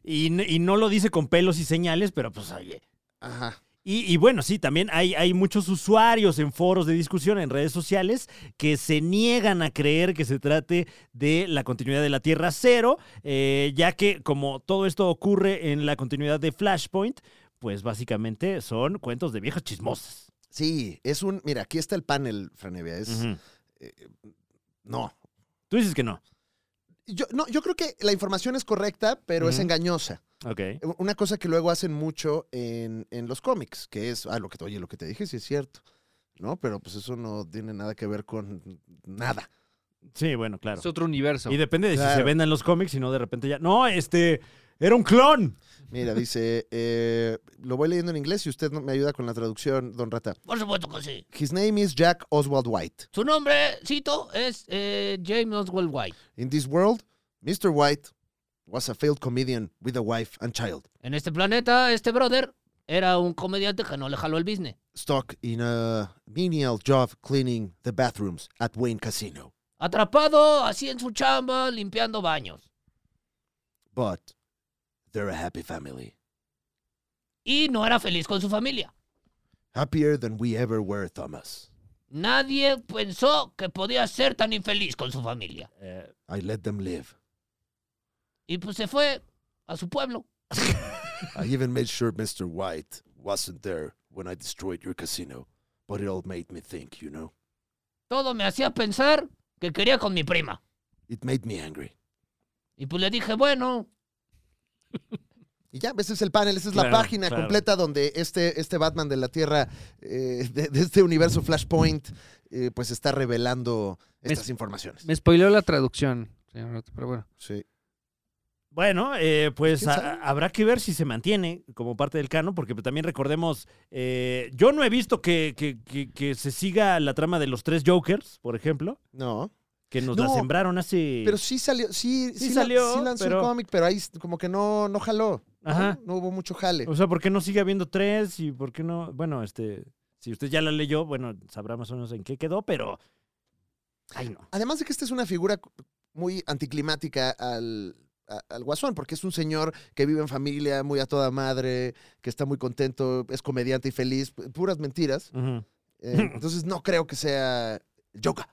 Speaker 1: Y, n- y no lo dice con pelos y señales, pero pues oye.
Speaker 2: Ajá.
Speaker 1: Y, y bueno, sí, también hay, hay muchos usuarios en foros de discusión, en redes sociales, que se niegan a creer que se trate de la continuidad de la Tierra Cero, eh, ya que como todo esto ocurre en la continuidad de Flashpoint, pues básicamente son cuentos de viejas chismosas.
Speaker 2: Sí, es un. Mira, aquí está el panel, Franevia. Es.
Speaker 1: Ujú.
Speaker 2: eh, no.
Speaker 1: Tú dices que no.
Speaker 2: Yo, no, yo creo que la información es correcta, pero es
Speaker 1: Ujú.
Speaker 2: engañosa. Eh,
Speaker 1: Ok.
Speaker 2: Una cosa que luego hacen mucho en, en los cómics, que es, ah, lo que, te- oye, lo que te dije sí es cierto, ¿no? Pero pues eso no tiene nada que ver con nada.
Speaker 1: Sí, bueno, claro.
Speaker 3: Es otro universo.
Speaker 1: Y depende de si se
Speaker 2: Claro.
Speaker 1: vendan los cómics y no de repente ya. No, este. Era un clon.
Speaker 2: Mira, dice, eh, lo voy leyendo en inglés y usted no- me ayuda con la traducción, don Rata.
Speaker 4: Por supuesto que sí.
Speaker 2: His name is Jack Oswald White.
Speaker 4: Su nombre, cito, es eh, James Oswald White.
Speaker 2: In this world, Mr. White was a failed comedian with a wife and child,
Speaker 4: En este planeta, este brother era un comediante que no le jaló el business.
Speaker 2: stuck in a menial job cleaning the bathrooms at Wayne Casino.
Speaker 4: Atrapado así en su chamba, limpiando baños.
Speaker 2: But they're a happy family.
Speaker 4: Y no era feliz con su familia.
Speaker 2: Happier than we ever were, Thomas.
Speaker 4: Nadie pensó que podía ser tan infeliz con su familia.
Speaker 1: Eh,
Speaker 2: I let them live.
Speaker 4: Y pues se fue a su pueblo.
Speaker 2: I even made sure Mr. White wasn't there when I destroyed your casino. But it all made me think, you know?
Speaker 4: Todo me hacía pensar que quería con mi prima.
Speaker 2: It made me angry.
Speaker 4: Y pues le dije, bueno,
Speaker 2: Y ya, ese es el panel, esa es la
Speaker 1: Claro,
Speaker 2: página
Speaker 1: claro.
Speaker 2: completa donde este, este Batman de la Tierra, eh, de, de este universo Flashpoint, eh, pues está revelando
Speaker 3: Me-
Speaker 2: estas informaciones.
Speaker 3: Me spoileó la traducción, señor Roto, pero bueno.
Speaker 2: Sí.
Speaker 1: Bueno, eh, pues
Speaker 2: ¿Quién
Speaker 1: a-
Speaker 2: sabe?
Speaker 1: habrá que ver si se mantiene como parte del canon, porque pues, también recordemos, eh, yo no he visto que, que- que- que se siga la trama de los tres Jokers, por ejemplo,
Speaker 2: No.
Speaker 1: que nos la
Speaker 2: No,
Speaker 1: sembraron hace...
Speaker 2: Pero sí salió, sí,
Speaker 1: Sí
Speaker 2: lan-
Speaker 1: salió,
Speaker 2: sí lanzó
Speaker 1: pero-
Speaker 2: un cómic, pero ahí como que no, no jaló. ¿no?
Speaker 1: Ajá.
Speaker 2: No hubo mucho jale.
Speaker 1: O sea, ¿por qué no sigue habiendo tres y por qué no? Bueno, este, si usted ya la leyó, bueno, sabrá más o menos en qué quedó, pero... Ay, no.
Speaker 2: Además de que esta es una figura cu- muy anticlimática al, a- al guasón, porque es un señor que vive en familia, muy a toda madre, que está muy contento, es comediante y feliz, pu- puras mentiras.
Speaker 1: Ujú.
Speaker 2: Eh, entonces no creo que sea Joker,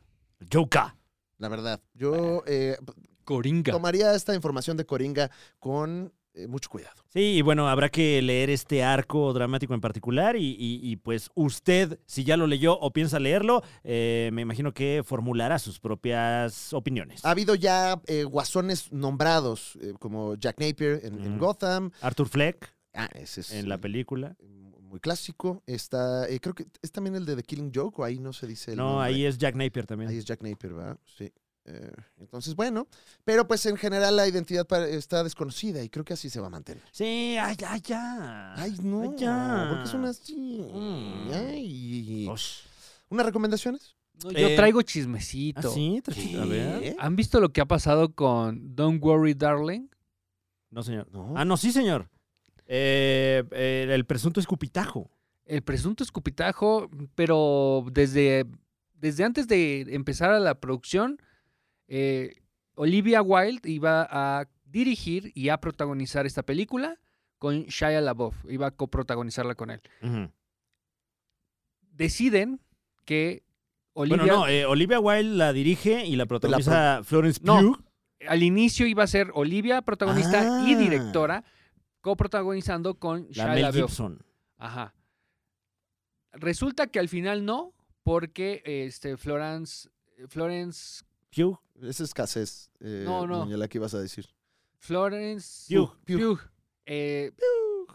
Speaker 1: Joka.
Speaker 2: la verdad. Yo eh, p-
Speaker 3: Coringa.
Speaker 2: tomaría esta información de Coringa con eh, mucho cuidado.
Speaker 1: Sí, y bueno, habrá que leer este arco dramático en particular y, y- y, pues usted, si ya lo leyó o piensa leerlo, eh, me imagino que formulará sus propias opiniones.
Speaker 2: Ha habido ya eh, guasones nombrados, eh, como Jack Napier en, en
Speaker 1: Ujú.
Speaker 2: Gotham.
Speaker 1: Arthur Fleck
Speaker 2: Ah, ese es
Speaker 1: en la película.
Speaker 2: muy clásico. Está, eh, creo que es también el de The Killing Joke, o ahí no se dice el
Speaker 1: No,
Speaker 2: nombre.
Speaker 1: ahí es Jack Napier también.
Speaker 2: Ahí es Jack Napier, ¿verdad? Sí. Eh, entonces, bueno, pero pues en general la identidad pa- está desconocida y creo que así se va a mantener.
Speaker 1: Sí, ay, ay, ya.
Speaker 2: Ay, no,
Speaker 1: Ay, Ah, ya.
Speaker 2: porque son así.
Speaker 1: Mm.
Speaker 2: Ay.
Speaker 1: Osh.
Speaker 2: ¿Unas recomendaciones?
Speaker 3: No, yo
Speaker 1: Eh, ¿Ah,
Speaker 3: traigo chismecito.
Speaker 1: ¿Así? A ver.
Speaker 3: ¿Han visto lo que ha pasado con Don't Worry Darling?
Speaker 1: No, señor.
Speaker 2: No.
Speaker 1: Ah, no, sí, señor. Eh, eh, el presunto escupitajo.
Speaker 3: El presunto escupitajo, pero desde, desde antes de empezar a la producción, eh, Olivia Wilde iba a dirigir y a protagonizar esta película con Shia LaBeouf. Iba a coprotagonizarla con él. Deciden que Olivia...
Speaker 1: Bueno, no, eh, Olivia Wilde la dirige y la protagoniza Florence
Speaker 3: No.
Speaker 1: Pugh.
Speaker 3: al inicio iba a ser Olivia protagonista y
Speaker 2: Ah.
Speaker 3: directora, coprotagonizando con
Speaker 1: La
Speaker 3: Shia
Speaker 1: Mel
Speaker 3: LaBeouf.
Speaker 1: Gibson.
Speaker 3: Ajá. Resulta que al final no, porque este Florence Florence
Speaker 1: Pugh.
Speaker 2: Es escasez, eh,
Speaker 3: No, no.
Speaker 2: Muñela, ¿qué ibas a decir?
Speaker 3: Florence
Speaker 1: Pugh,
Speaker 3: Pugh, eh,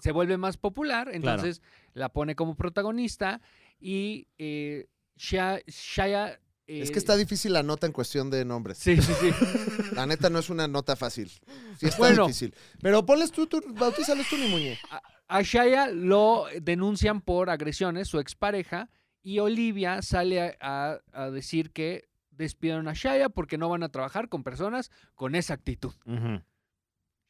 Speaker 3: se vuelve más popular, entonces la pone como protagonista y eh, Shia, Shia, eh,
Speaker 2: es que está difícil la nota en cuestión de nombres.
Speaker 3: Sí, sí, sí.
Speaker 2: La neta no es una nota fácil. Sí está
Speaker 3: Bueno.
Speaker 2: difícil. Pero ponles tú, tú bautízales tú, mi muñe.
Speaker 3: A Shia lo denuncian por agresiones, su expareja, y Olivia sale a, a- a decir que despidieron a Shia porque no van a trabajar con personas con esa actitud.
Speaker 1: Ujú.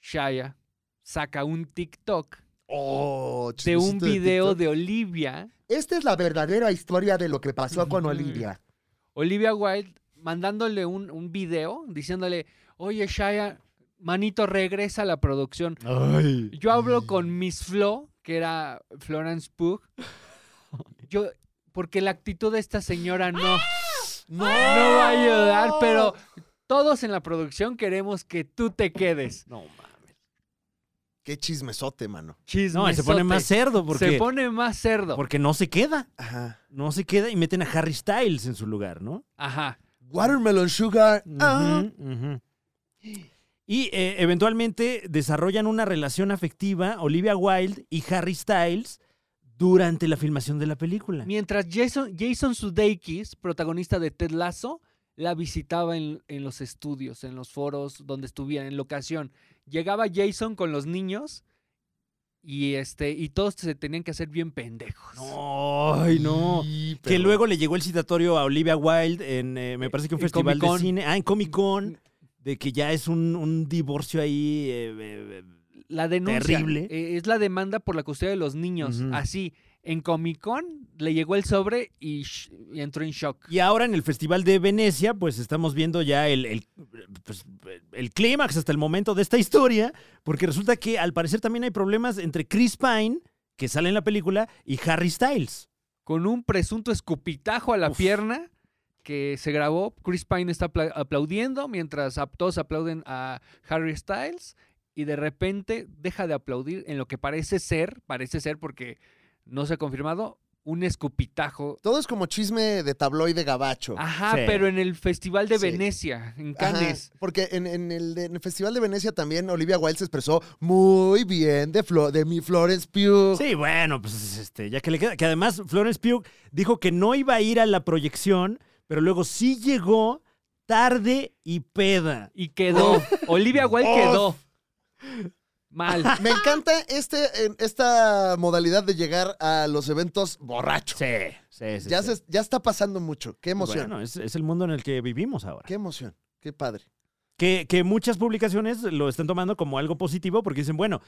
Speaker 3: Shia saca un TikTok
Speaker 2: Oh,
Speaker 3: de un
Speaker 2: chismecito
Speaker 3: video
Speaker 2: TikTok.
Speaker 3: de Olivia.
Speaker 5: Esta es la verdadera historia de lo que pasó con Olivia.
Speaker 3: Olivia Wilde mandándole un, un video diciéndole, oye Shia, manito, regresa a la producción.
Speaker 1: Ay.
Speaker 3: Yo hablo con Miss Flo, que era Florence Pugh. Yo, porque la actitud de esta señora no, no va a ayudar, pero todos en la producción queremos que tú te quedes.
Speaker 1: No mames.
Speaker 2: Qué chismesote, mano.
Speaker 3: Chisme.
Speaker 1: No, y se pone más cerdo porque,
Speaker 3: Se pone más cerdo.
Speaker 1: porque no se queda.
Speaker 2: Ajá.
Speaker 1: No se queda y meten a Harry Styles en su lugar, ¿no?
Speaker 3: Ajá.
Speaker 2: Watermelon Sugar. ah.
Speaker 1: Ujú, ujú. Y eh, eventualmente desarrollan una relación afectiva Olivia Wilde y Harry Styles durante la filmación de la película.
Speaker 3: Mientras Jason, Jason Sudeikis, protagonista de Ted Lasso, la visitaba en, en los estudios, en los foros, donde estuviera, en locación. Llegaba Jason con los niños y, este, y todos se tenían que hacer bien pendejos.
Speaker 1: No, ay, no.
Speaker 2: Y-
Speaker 1: Que
Speaker 2: pero-
Speaker 1: luego le llegó el citatorio a Olivia Wilde en, eh, me parece que un
Speaker 3: En
Speaker 1: festival de
Speaker 3: Comic-Con.
Speaker 1: cine. Ah, en Comic Con. De que ya es un, un divorcio ahí. eh, eh, eh,
Speaker 3: La denuncia
Speaker 1: Terrible.
Speaker 3: eh, es la demanda por la custodia de los niños.
Speaker 1: Ujú.
Speaker 3: Así, en Comic Con le llegó el sobre y, sh- y entró en shock.
Speaker 1: Y ahora en el Festival de Venecia, pues estamos viendo ya el, el, pues, el clímax hasta el momento de esta historia, porque resulta que al parecer también hay problemas entre Chris Pine, que sale en la película, y Harry Styles.
Speaker 3: Con un presunto escupitajo a la
Speaker 1: Uf.
Speaker 3: pierna que se grabó. Chris Pine está apla- aplaudiendo mientras ap- todos aplauden a Harry Styles y de repente deja de aplaudir en lo que parece ser, parece ser porque no se ha confirmado, un escupitajo.
Speaker 2: Todo es como chisme de tabloide gabacho.
Speaker 3: Ajá,
Speaker 1: Sí.
Speaker 3: pero en el Festival de
Speaker 2: Sí.
Speaker 3: Venecia, en
Speaker 2: Ajá,
Speaker 3: Cannes.
Speaker 2: porque en, en el, en el Festival de Venecia también Olivia Wilde se expresó muy bien de, Flo- de mi Florence Pugh.
Speaker 1: Sí, bueno, pues este, ya que le queda. Que además Florence Pugh dijo que no iba a ir a la proyección, pero luego sí llegó tarde y peda.
Speaker 3: Y quedó. Olivia Wilde quedó. Mal.
Speaker 2: Me encanta este, en- esta modalidad de llegar a los eventos borracho.
Speaker 1: Sí, sí, sí.
Speaker 2: ya,
Speaker 1: sí.
Speaker 2: se- ya está pasando mucho. Qué emoción.
Speaker 1: Bueno, es, es el mundo en el que vivimos ahora.
Speaker 2: Qué emoción. Qué padre.
Speaker 1: Que, que muchas publicaciones lo están tomando como algo positivo porque dicen, bueno,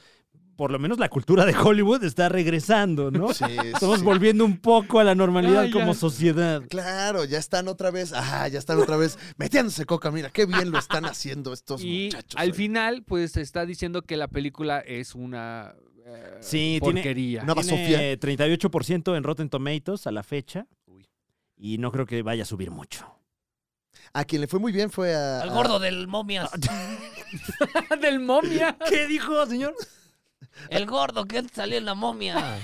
Speaker 1: por lo menos la cultura de Hollywood está regresando, ¿no?
Speaker 2: Sí,
Speaker 1: Estamos
Speaker 2: sí.
Speaker 1: volviendo un poco a la normalidad
Speaker 3: Ay, ya.
Speaker 1: como sociedad.
Speaker 2: Claro, ya están otra vez. Ah, ya están otra vez metiéndose coca. Mira, qué bien lo están haciendo estos
Speaker 3: Y
Speaker 2: muchachos.
Speaker 3: al
Speaker 2: hoy.
Speaker 3: final, pues se está diciendo que la película es una eh,
Speaker 1: Sí, tiene-
Speaker 3: porquería.
Speaker 2: No. Nova
Speaker 1: Tiene 38% en Rotten Tomatoes a la fecha. Y no creo que vaya a subir mucho.
Speaker 2: A quien le fue muy bien fue a.
Speaker 4: Al
Speaker 2: a-
Speaker 4: gordo del momias.
Speaker 3: Del momia.
Speaker 1: ¿Qué dijo, señor?
Speaker 4: El gordo que antes salió en la momia.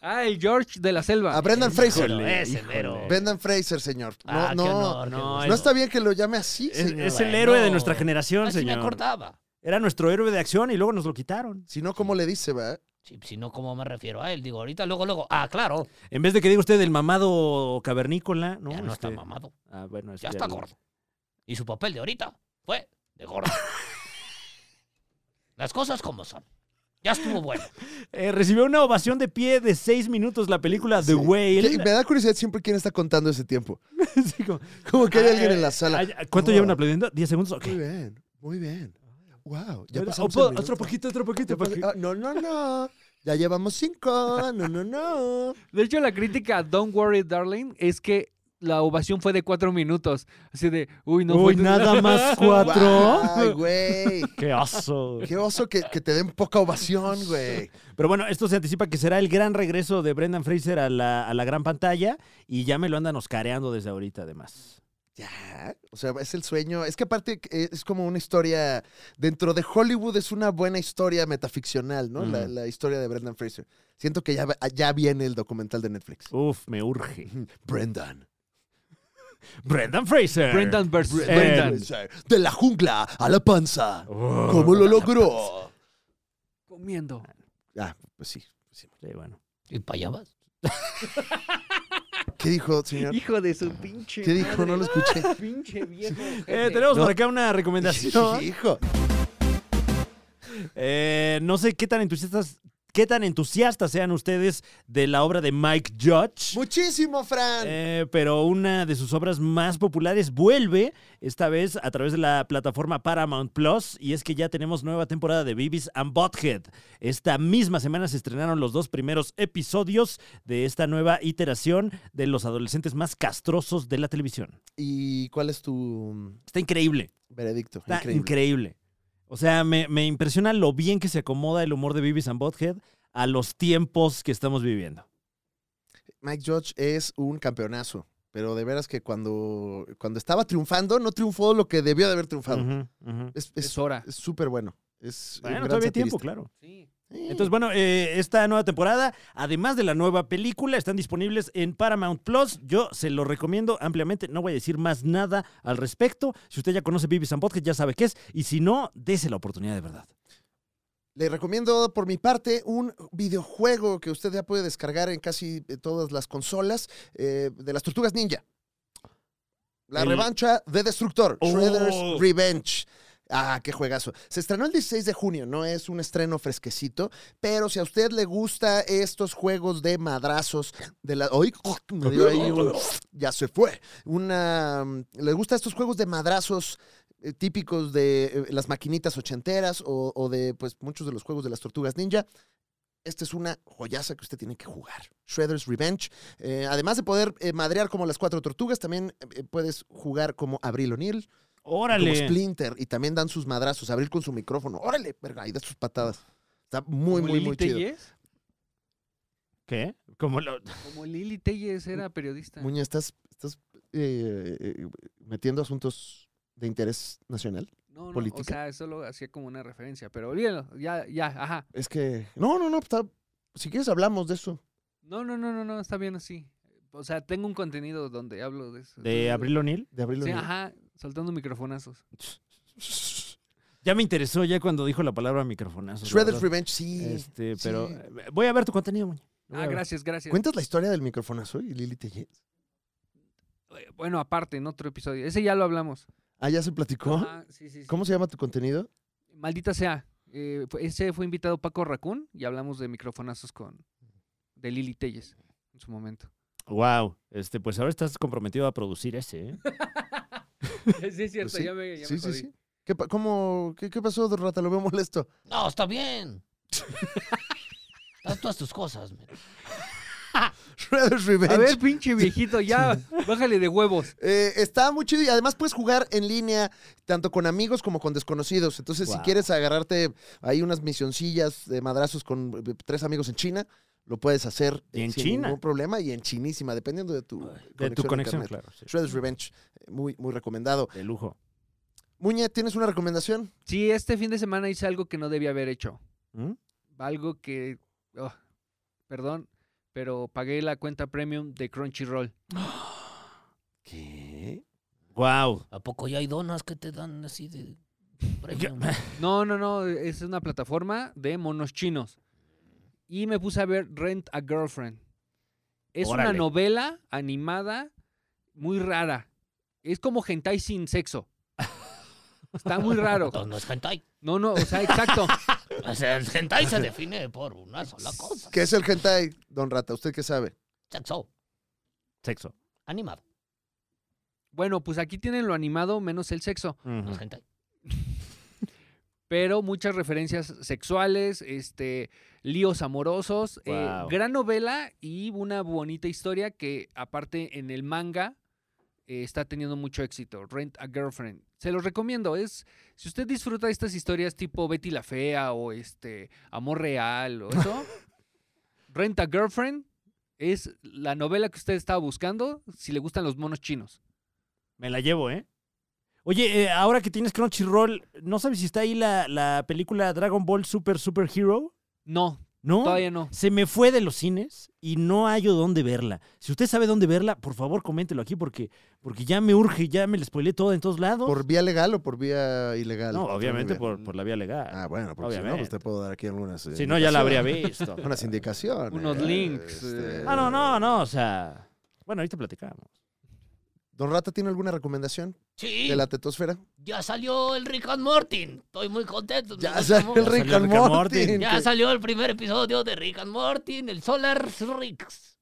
Speaker 3: Ah, el George de la selva.
Speaker 2: A Brendan Fraser.
Speaker 1: Híjole,
Speaker 4: ese
Speaker 1: híjole.
Speaker 4: mero.
Speaker 2: Brendan Fraser, señor. No,
Speaker 4: Ah, qué
Speaker 2: no.
Speaker 4: honor, qué
Speaker 1: no,
Speaker 4: gusto.
Speaker 2: No está bien que lo llame así.
Speaker 1: Es,
Speaker 2: señor.
Speaker 1: es el
Speaker 4: bueno.
Speaker 1: héroe de nuestra generación,
Speaker 4: Así me
Speaker 1: señor.
Speaker 4: acordaba.
Speaker 1: Era nuestro héroe de acción y luego nos lo quitaron.
Speaker 2: Si no, ¿cómo le dice, va?
Speaker 4: Sí, pues, si no, ¿cómo me refiero a él? Digo, ahorita, luego, luego. Ah, claro.
Speaker 1: En vez de que diga usted el mamado cavernícola, ¿no?
Speaker 4: ya no está
Speaker 1: Este-
Speaker 4: mamado. Pues,
Speaker 1: Ah, bueno, eso
Speaker 4: Ya está
Speaker 1: lo-
Speaker 4: gordo. Y su papel de ahorita fue de gordo. Las cosas como son. Ya estuvo bueno.
Speaker 1: Eh, recibió una ovación de pie de seis minutos la película The Whale.
Speaker 2: ¿Qué? Me da curiosidad siempre quién está contando ese tiempo.
Speaker 1: Sí, como-
Speaker 2: Como que hay
Speaker 1: Ah,
Speaker 2: alguien en
Speaker 1: eh,
Speaker 2: la sala. Oh.
Speaker 1: ay, ¿Cuánto
Speaker 2: Wow.
Speaker 1: llevan aplaudiendo? ¿10 segundos? Ok.
Speaker 2: Muy bien, muy bien. Wow, ya
Speaker 1: Bueno,
Speaker 2: pasamos
Speaker 1: opo-
Speaker 2: el minuto.
Speaker 1: otro poquito, otro poquito.
Speaker 2: Ya
Speaker 1: para
Speaker 2: pas-
Speaker 1: que-
Speaker 2: ah, no, no, no. Ya llevamos cinco. No, no, no.
Speaker 3: De hecho, la crítica a Don't Worry Darling es que la ovación fue de cuatro minutos. Así de, uy, no
Speaker 1: Uy,
Speaker 3: fue-
Speaker 1: nada más cuatro.
Speaker 2: Ay, güey.
Speaker 1: ¡Qué oso!
Speaker 2: Qué oso que, que te den poca ovación, güey.
Speaker 1: Pero bueno, esto se anticipa que será el gran regreso de Brendan Fraser a la, a la gran pantalla y ya me lo andan oscareando desde ahorita además.
Speaker 2: Ya. O sea, es el sueño. Es que aparte eh, es como una historia. Dentro de Hollywood es una buena historia metaficcional, ¿no? La,
Speaker 1: Ujú.
Speaker 2: la historia de Brendan Fraser. Siento que ya, va- ya viene el documental de Netflix.
Speaker 1: Uf, me urge.
Speaker 2: Brendan.
Speaker 1: Brendan Fraser.
Speaker 3: Brendan versus
Speaker 1: Eh,
Speaker 3: Brendan.
Speaker 2: De la jungla a la panza.
Speaker 1: Oh.
Speaker 2: ¿Cómo lo logró?
Speaker 3: Comiendo.
Speaker 2: Ah, pues sí.
Speaker 1: Sí, bueno.
Speaker 4: ¿Y para allá vas?
Speaker 2: ¿Qué dijo, señor?
Speaker 3: Hijo de su pinche.
Speaker 2: ¿Qué dijo? No lo escuché.
Speaker 3: Pinche viejo.
Speaker 1: Eh, tenemos
Speaker 2: No.
Speaker 1: por acá una recomendación.
Speaker 2: Hijo.
Speaker 1: Eh, no sé qué tan entusiastas qué tan entusiastas sean ustedes de la obra de Mike Judge.
Speaker 2: Muchísimo, Fran.
Speaker 1: Eh, pero una de sus obras más populares vuelve, esta vez a través de la plataforma Paramount Plus, y es que ya tenemos nueva temporada de Beavis and Butthead. Esta misma semana se estrenaron los dos primeros episodios de esta nueva iteración de los adolescentes más castrosos de la televisión.
Speaker 2: ¿Y cuál es tu mm,
Speaker 1: Está increíble,
Speaker 2: veredicto?
Speaker 1: está increíble. O sea, me, me impresiona lo bien que se acomoda el humor de Beavis and Butthead a los tiempos que estamos viviendo.
Speaker 2: Mike Judge es un campeonazo, pero de veras que cuando, cuando estaba triunfando, no triunfó lo que debió de haber triunfado.
Speaker 1: Ujú, ujú.
Speaker 2: Es
Speaker 3: Es
Speaker 2: es-
Speaker 3: hora.
Speaker 2: es súper bueno. Es un
Speaker 1: Bueno,
Speaker 2: gran
Speaker 1: todavía hay
Speaker 2: satirista.
Speaker 1: tiempo, claro.
Speaker 3: Sí.
Speaker 2: Sí.
Speaker 1: Entonces, bueno, eh, esta nueva temporada, además de la nueva película, están disponibles en Paramount Plus. Yo se lo recomiendo ampliamente. No voy a decir más nada al respecto. Si usted ya conoce Vivi San Podcast, ya sabe qué es. Y si no, dese la oportunidad de verdad.
Speaker 2: Le recomiendo por mi parte un videojuego que usted ya puede descargar en casi eh, todas las consolas eh, de las Tortugas Ninja. La
Speaker 1: El-
Speaker 2: revancha de Destructor,
Speaker 1: Oh.
Speaker 2: Shredder's Revenge. Ah, qué juegazo. Se estrenó el 16 de junio, no es un estreno fresquecito, pero si a usted le gusta estos juegos de madrazos, de la... ¡Ay! Me dio ahí un- Ya se fue. Una... mm, Le gusta estos juegos de madrazos eh, típicos de eh, las maquinitas ochenteras o, o de pues muchos de los juegos de las tortugas ninja. Esta es una joyaza que usted tiene que jugar. Shredder's Revenge. Eh, además de poder eh, madrear como las cuatro tortugas, también eh, puedes jugar como Abril O'Neill, como
Speaker 1: Órale.
Speaker 2: Splinter, y también dan sus madrazos. Abril con su micrófono. Órale, verga, y da sus patadas. Está muy,
Speaker 3: Como
Speaker 2: muy,
Speaker 3: Lili
Speaker 2: muy chido.
Speaker 3: Telles.
Speaker 1: ¿Qué? Como lo-
Speaker 3: Como Lili Telles era periodista.
Speaker 2: Muña, ¿estás, estás eh, eh, metiendo asuntos de interés nacional?
Speaker 3: No, no,
Speaker 2: política.
Speaker 3: o sea, solo hacía como una referencia, pero olvídalo, ya, ya, ajá.
Speaker 2: Es que... No, no, no. está- si quieres hablamos de eso.
Speaker 3: No, no, no, no, no, está bien así. O sea, tengo un contenido donde hablo de eso.
Speaker 1: ¿De
Speaker 3: entonces-
Speaker 1: Abril O'Neill?
Speaker 2: De Abril
Speaker 3: Sí,
Speaker 2: O'Neill.
Speaker 3: ajá, soltando microfonazos.
Speaker 1: Ya me interesó ya cuando dijo la palabra microfonazo. Pues la
Speaker 2: Shredder's
Speaker 1: verdad.
Speaker 2: Revenge, sí.
Speaker 1: Este,
Speaker 2: sí.
Speaker 1: pero eh, voy a ver tu contenido, Muñe. Lo voy
Speaker 3: Ah,
Speaker 1: a ver.
Speaker 3: gracias, gracias.
Speaker 2: ¿Cuentas la historia del microfonazo y Lili Tellez?
Speaker 3: Eh, Bueno, aparte, en otro episodio. Ese ya lo hablamos.
Speaker 2: Ah, ya se platicó.
Speaker 3: Ajá, sí, sí, sí.
Speaker 2: ¿Cómo se llama tu contenido?
Speaker 3: Maldita sea. eh, fue- ese fue invitado Paco Racún y hablamos de microfonazos con de Lili Telles en su momento.
Speaker 1: Wow. Este, pues ahora estás comprometido a producir ese, ¿eh?
Speaker 3: sí, es cierto,
Speaker 2: Pues sí,
Speaker 3: ya me, ya
Speaker 2: sí,
Speaker 3: me
Speaker 2: sí,
Speaker 3: jodí.
Speaker 2: sí. ¿Qué, pa- cómo, qué, qué pasó, Don Rata? Lo veo molesto.
Speaker 4: No, está bien. Haz todas tus cosas, men.
Speaker 2: Shredder's Revenge.
Speaker 3: A ver, pinche viejito, ya, bájale de huevos.
Speaker 2: Eh, está muy chido y además puedes jugar en línea tanto con amigos como con desconocidos. Entonces, si
Speaker 1: Guau.
Speaker 2: quieres agarrarte ahí unas misioncillas de madrazos con eh, tres amigos en China, lo puedes hacer
Speaker 1: Y
Speaker 2: eh,
Speaker 1: en
Speaker 2: sin
Speaker 1: China.
Speaker 2: ningún problema y en chinísima, dependiendo de tu,
Speaker 1: De tu conexión,
Speaker 2: a internet.
Speaker 1: claro. sí.
Speaker 2: Shredder's Revenge, eh, muy, muy recomendado.
Speaker 1: De lujo.
Speaker 2: Muñe, ¿tienes una recomendación?
Speaker 3: Sí, este fin de semana hice algo que no debía haber hecho.
Speaker 1: ¿Mm?
Speaker 3: Algo que. oh, perdón, pero pagué la cuenta premium de Crunchyroll.
Speaker 2: ¿Qué?
Speaker 1: Wow.
Speaker 4: ¿A poco ya hay donas que te dan así de... premium?
Speaker 3: No, no, no, es una plataforma de monos chinos. Y me puse a ver Rent a Girlfriend. Es
Speaker 1: Órale.
Speaker 3: una novela animada muy rara. Es como hentai sin sexo. Está muy raro.
Speaker 4: Entonces no es hentai.
Speaker 3: No, no, o sea, exacto.
Speaker 4: O sea, el hentai se define por una sola cosa.
Speaker 2: ¿Qué es el hentai, don Rata? ¿Usted qué sabe?
Speaker 4: Sexo.
Speaker 1: Sexo.
Speaker 4: Animado.
Speaker 3: Bueno, pues aquí tienen lo animado menos el sexo,
Speaker 4: No
Speaker 1: Ujú.
Speaker 4: es hentai.
Speaker 3: pero muchas referencias sexuales, este, líos amorosos, eh,
Speaker 1: Guau.
Speaker 3: gran novela y una bonita historia que aparte en el manga eh, está teniendo mucho éxito, Rent a Girlfriend. Se los recomiendo, es si usted disfruta de estas historias tipo Betty la Fea o este Amor Real o eso, Rent a Girlfriend es la novela que usted estaba buscando si le gustan los monos chinos.
Speaker 1: Me la llevo, ¿eh? Oye, eh, ahora que tienes Crunchyroll, ¿no sabes si está ahí la, la película Dragon Ball Super Super Hero?
Speaker 3: No,
Speaker 1: No.
Speaker 3: todavía no.
Speaker 1: Se me fue de los cines y no hallo dónde verla. Si usted sabe dónde verla, por favor, coméntelo aquí porque, porque ya me urge, ya me la spoilé todo en todos lados.
Speaker 2: ¿Por vía legal o por vía ilegal?
Speaker 1: no,
Speaker 2: Estoy
Speaker 1: obviamente
Speaker 2: muy bien.
Speaker 1: por, por la vía legal.
Speaker 2: Ah, bueno, porque si no, pues
Speaker 1: Obviamente.
Speaker 2: te puedo dar aquí algunas. eh,
Speaker 1: si no, ya la habría
Speaker 2: indicaciones.
Speaker 1: visto.
Speaker 2: Unas indicaciones. Este,
Speaker 3: Unos links, eh.
Speaker 1: Ah, no, no, no, o sea... Bueno, ahorita platicamos.
Speaker 2: ¿Don Rata tiene alguna recomendación
Speaker 4: Sí,
Speaker 2: de la tetosfera?
Speaker 4: ya salió el Rick and Mortin. Estoy muy contento.
Speaker 2: Ya
Speaker 4: Me
Speaker 2: salió
Speaker 4: gustó
Speaker 2: el
Speaker 4: mucho.
Speaker 2: Rick
Speaker 1: Rick and
Speaker 2: and
Speaker 1: Morty.
Speaker 2: Morty.
Speaker 4: Ya salió el primer episodio de Rick and Mortin, el Solar Ricks.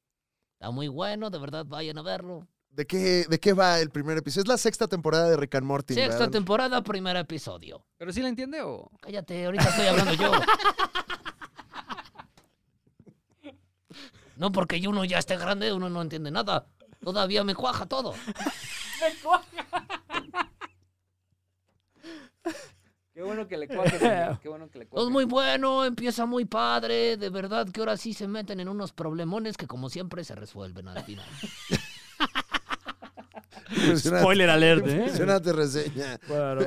Speaker 4: Está muy bueno, de verdad, vayan a verlo.
Speaker 2: ¿De qué, ¿De qué va el primer episodio? Es la sexta temporada de Rick and Morty.
Speaker 4: Sexta
Speaker 2: ¿verdad?
Speaker 4: temporada, primer episodio.
Speaker 3: ¿Pero sí la entiende o...?
Speaker 4: Cállate, ahorita estoy hablando yo. No, porque uno ya esté grande, uno no entiende nada. Todavía me cuaja todo.
Speaker 3: Qué bueno que le cuaje, señor. Qué bueno que le
Speaker 4: Todo muy bueno, empieza muy padre. De verdad que ahora sí se meten en unos problemones que como siempre se resuelven al final.
Speaker 2: Impresionante.
Speaker 1: Spoiler alert, ¿eh?
Speaker 2: Impresionante reseña.
Speaker 1: Claro.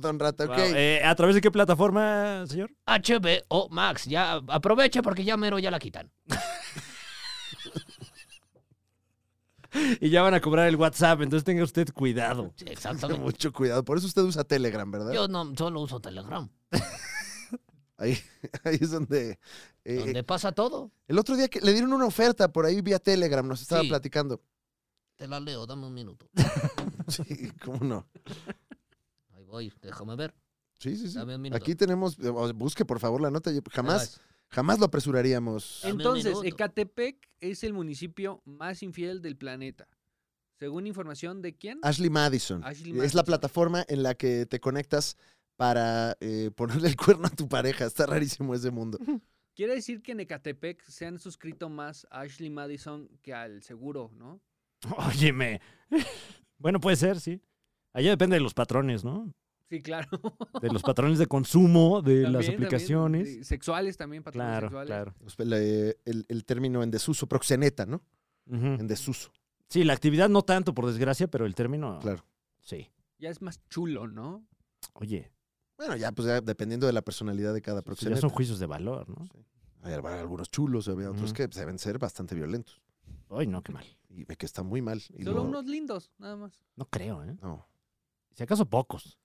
Speaker 2: Don Rata, ok.
Speaker 1: Wow, eh, ¿A través de qué plataforma, señor?
Speaker 4: HBO Max, ya aproveche porque ya mero ya la quitan.
Speaker 1: Y ya van a cobrar el WhatsApp, entonces tenga usted cuidado.
Speaker 4: Sí, exactamente.
Speaker 2: Mucho cuidado. Por eso usted usa Telegram, ¿verdad?
Speaker 4: Yo no, solo uso Telegram,
Speaker 2: Ahí, ahí es donde... eh,
Speaker 4: donde pasa todo.
Speaker 2: El otro día que le dieron una oferta por ahí vía Telegram, nos estaba
Speaker 4: Sí.
Speaker 2: platicando.
Speaker 4: Te la leo, dame un minuto.
Speaker 2: Sí, ¿cómo no?
Speaker 4: Ahí voy, déjame ver.
Speaker 2: Sí, sí, sí.
Speaker 4: Dame un minuto.
Speaker 2: Aquí tenemos, eh, o- busque por favor la nota. yo- Jamás,
Speaker 4: Ahí
Speaker 2: jamás lo apresuraríamos.
Speaker 4: Dame un
Speaker 3: Entonces,
Speaker 4: minuto.
Speaker 3: Ecatepec es el municipio más infiel del planeta. Según información de quién?
Speaker 2: Ashley Madison.
Speaker 3: Ashley
Speaker 2: Es la
Speaker 3: Madison.
Speaker 2: plataforma en la que te conectas para eh, ponerle el cuerno a tu pareja. Está rarísimo ese mundo.
Speaker 3: Quiere decir que en Ecatepec se han suscrito más a Ashley Madison que al seguro, ¿no?
Speaker 1: Óyeme. Bueno, puede ser, sí. Allá depende de los patrones, ¿no?
Speaker 3: Sí, claro.
Speaker 1: De los patrones de consumo, de las
Speaker 3: También, también,
Speaker 1: aplicaciones.
Speaker 3: sí, sexuales también, patrones
Speaker 1: Claro,
Speaker 3: sexuales.
Speaker 1: claro.
Speaker 2: Pues, la, eh, El, el término en desuso, proxeneta, ¿no?
Speaker 1: Ujú.
Speaker 2: En desuso.
Speaker 1: Sí, la actividad no tanto, por desgracia, pero el término.
Speaker 2: Claro.
Speaker 1: Sí.
Speaker 3: Ya es más chulo, ¿no?
Speaker 1: Oye,
Speaker 2: Bueno, ya, pues ya dependiendo de la personalidad de
Speaker 1: pues
Speaker 2: cada
Speaker 1: ya
Speaker 2: proxeneta.
Speaker 1: son juicios de valor, ¿no?
Speaker 2: Hay algunos chulos, había otros
Speaker 1: Ujú.
Speaker 2: que deben ser bastante violentos.
Speaker 1: Ay, no, qué mal.
Speaker 2: Y ve que está muy mal. Y
Speaker 3: Solo
Speaker 2: luego-
Speaker 3: unos lindos, nada más.
Speaker 1: No creo, ¿eh?
Speaker 2: No.
Speaker 1: Si acaso pocos.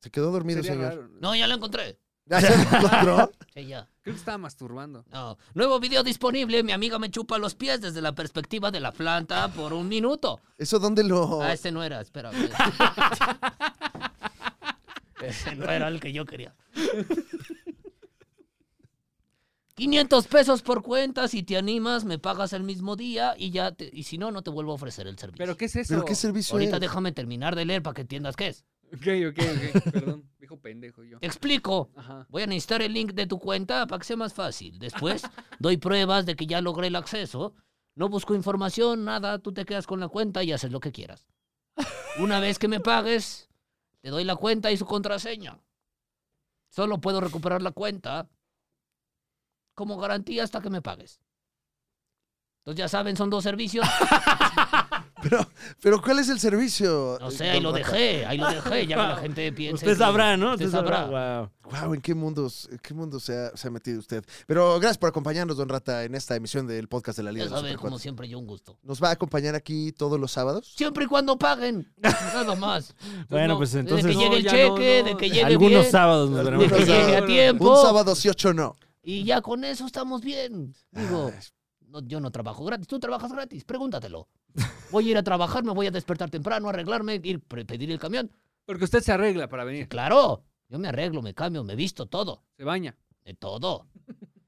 Speaker 2: Se quedó dormido,
Speaker 3: Sería
Speaker 2: señor.
Speaker 3: raro.
Speaker 4: No, ya la encontré.
Speaker 2: ¿Ya se encontró?
Speaker 4: Sí, ya.
Speaker 3: Creo que estaba masturbando.
Speaker 4: No. Nuevo video disponible. Mi amiga me chupa los pies desde la perspectiva de la planta por un minuto.
Speaker 2: ¿Eso dónde lo...?
Speaker 4: Ah, este no era, espera. Ese no era el que yo quería. 500 pesos por cuenta, si te animas, me pagas el mismo día y ya te- y si no, no te vuelvo a ofrecer el servicio.
Speaker 3: ¿Pero qué es eso?
Speaker 2: ¿Pero qué servicio
Speaker 4: Ahorita
Speaker 2: es?
Speaker 4: déjame terminar de leer para que entiendas qué es.
Speaker 3: Ok, ok, ok. Perdón, dijo pendejo yo.
Speaker 4: Te explico.
Speaker 3: Ajá.
Speaker 4: Voy a necesitar el link de tu cuenta para que sea más fácil. Después doy pruebas de que ya logré el acceso. No busco información, nada. Tú te quedas con la cuenta y haces lo que quieras. Una vez que me pagues, te doy la cuenta y su contraseña. Solo puedo recuperar la cuenta como garantía hasta que me pagues. Entonces ya saben, son dos servicios.
Speaker 2: Pero, pero ¿cuál es el servicio?
Speaker 4: No sé, ahí lo dejé, ahí lo dejé. Ya que la gente piensa.
Speaker 1: Usted sabrá, ¿no?
Speaker 4: Usted sabrá.
Speaker 1: Guau.
Speaker 2: Wow, ¿en qué mundos, en qué mundo se ha, se ha metido usted? Pero gracias por acompañarnos, don Rata, en esta emisión del podcast de la Liga
Speaker 4: Ya
Speaker 2: de los
Speaker 4: saben, como
Speaker 2: Supercuates.
Speaker 4: siempre, yo un gusto.
Speaker 2: ¿Nos va a acompañar aquí todos los sábados?
Speaker 4: Siempre y cuando paguen. Nada más.
Speaker 1: Bueno,
Speaker 3: no,
Speaker 1: pues
Speaker 4: De
Speaker 1: entonces.
Speaker 4: que llegue el
Speaker 3: No, ya no,
Speaker 4: cheque,
Speaker 3: no.
Speaker 4: de que llegue
Speaker 1: algunos
Speaker 4: bien,
Speaker 1: sábados nos veremos.
Speaker 4: de que
Speaker 2: Algunos
Speaker 4: llegue a
Speaker 2: sábados.
Speaker 4: tiempo.
Speaker 2: Un sábado sí, ocho no.
Speaker 4: Y ya con eso estamos bien. Digo,
Speaker 2: Ay,
Speaker 4: no, yo no trabajo gratis. Tú trabajas gratis, pregúntatelo. Voy a ir a trabajar, me voy a despertar temprano, arreglarme, ir pre- pedir el camión.
Speaker 3: Porque usted se arregla para venir.
Speaker 4: Claro, yo me arreglo, me cambio, me visto todo.
Speaker 3: Se baña.
Speaker 4: De todo.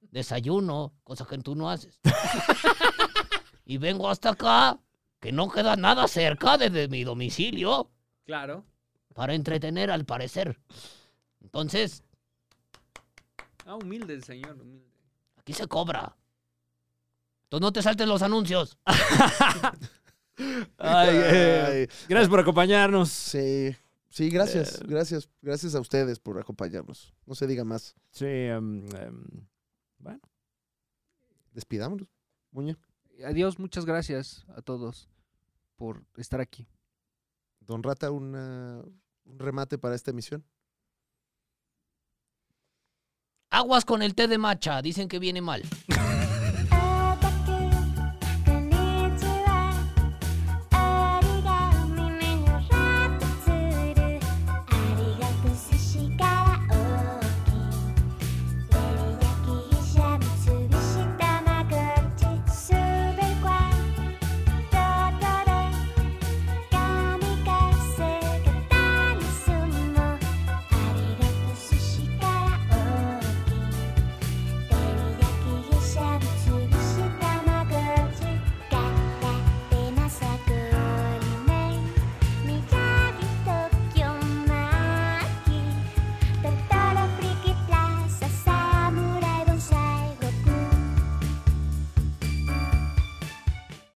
Speaker 4: Desayuno, cosa que tú no haces. y vengo hasta acá, que no queda nada cerca desde mi domicilio,
Speaker 3: Claro.
Speaker 4: para entretener al parecer. Entonces,
Speaker 3: Ah, humilde el señor, humilde.
Speaker 4: aquí se cobra. Entonces no te saltes los anuncios.
Speaker 1: Ay, eh,
Speaker 2: Ay,
Speaker 1: gracias por acompañarnos.
Speaker 2: sí. Sí,
Speaker 4: Eh.
Speaker 2: gracias, gracias, gracias a ustedes por acompañarnos. No se diga más.
Speaker 1: Sí, em, em,
Speaker 2: Despidámonos, Muñe.
Speaker 3: Adiós, muchas gracias a todos por estar aquí.
Speaker 2: Don Rata, una- un remate para esta emisión.
Speaker 4: Aguas con el té de macha, dicen que viene mal.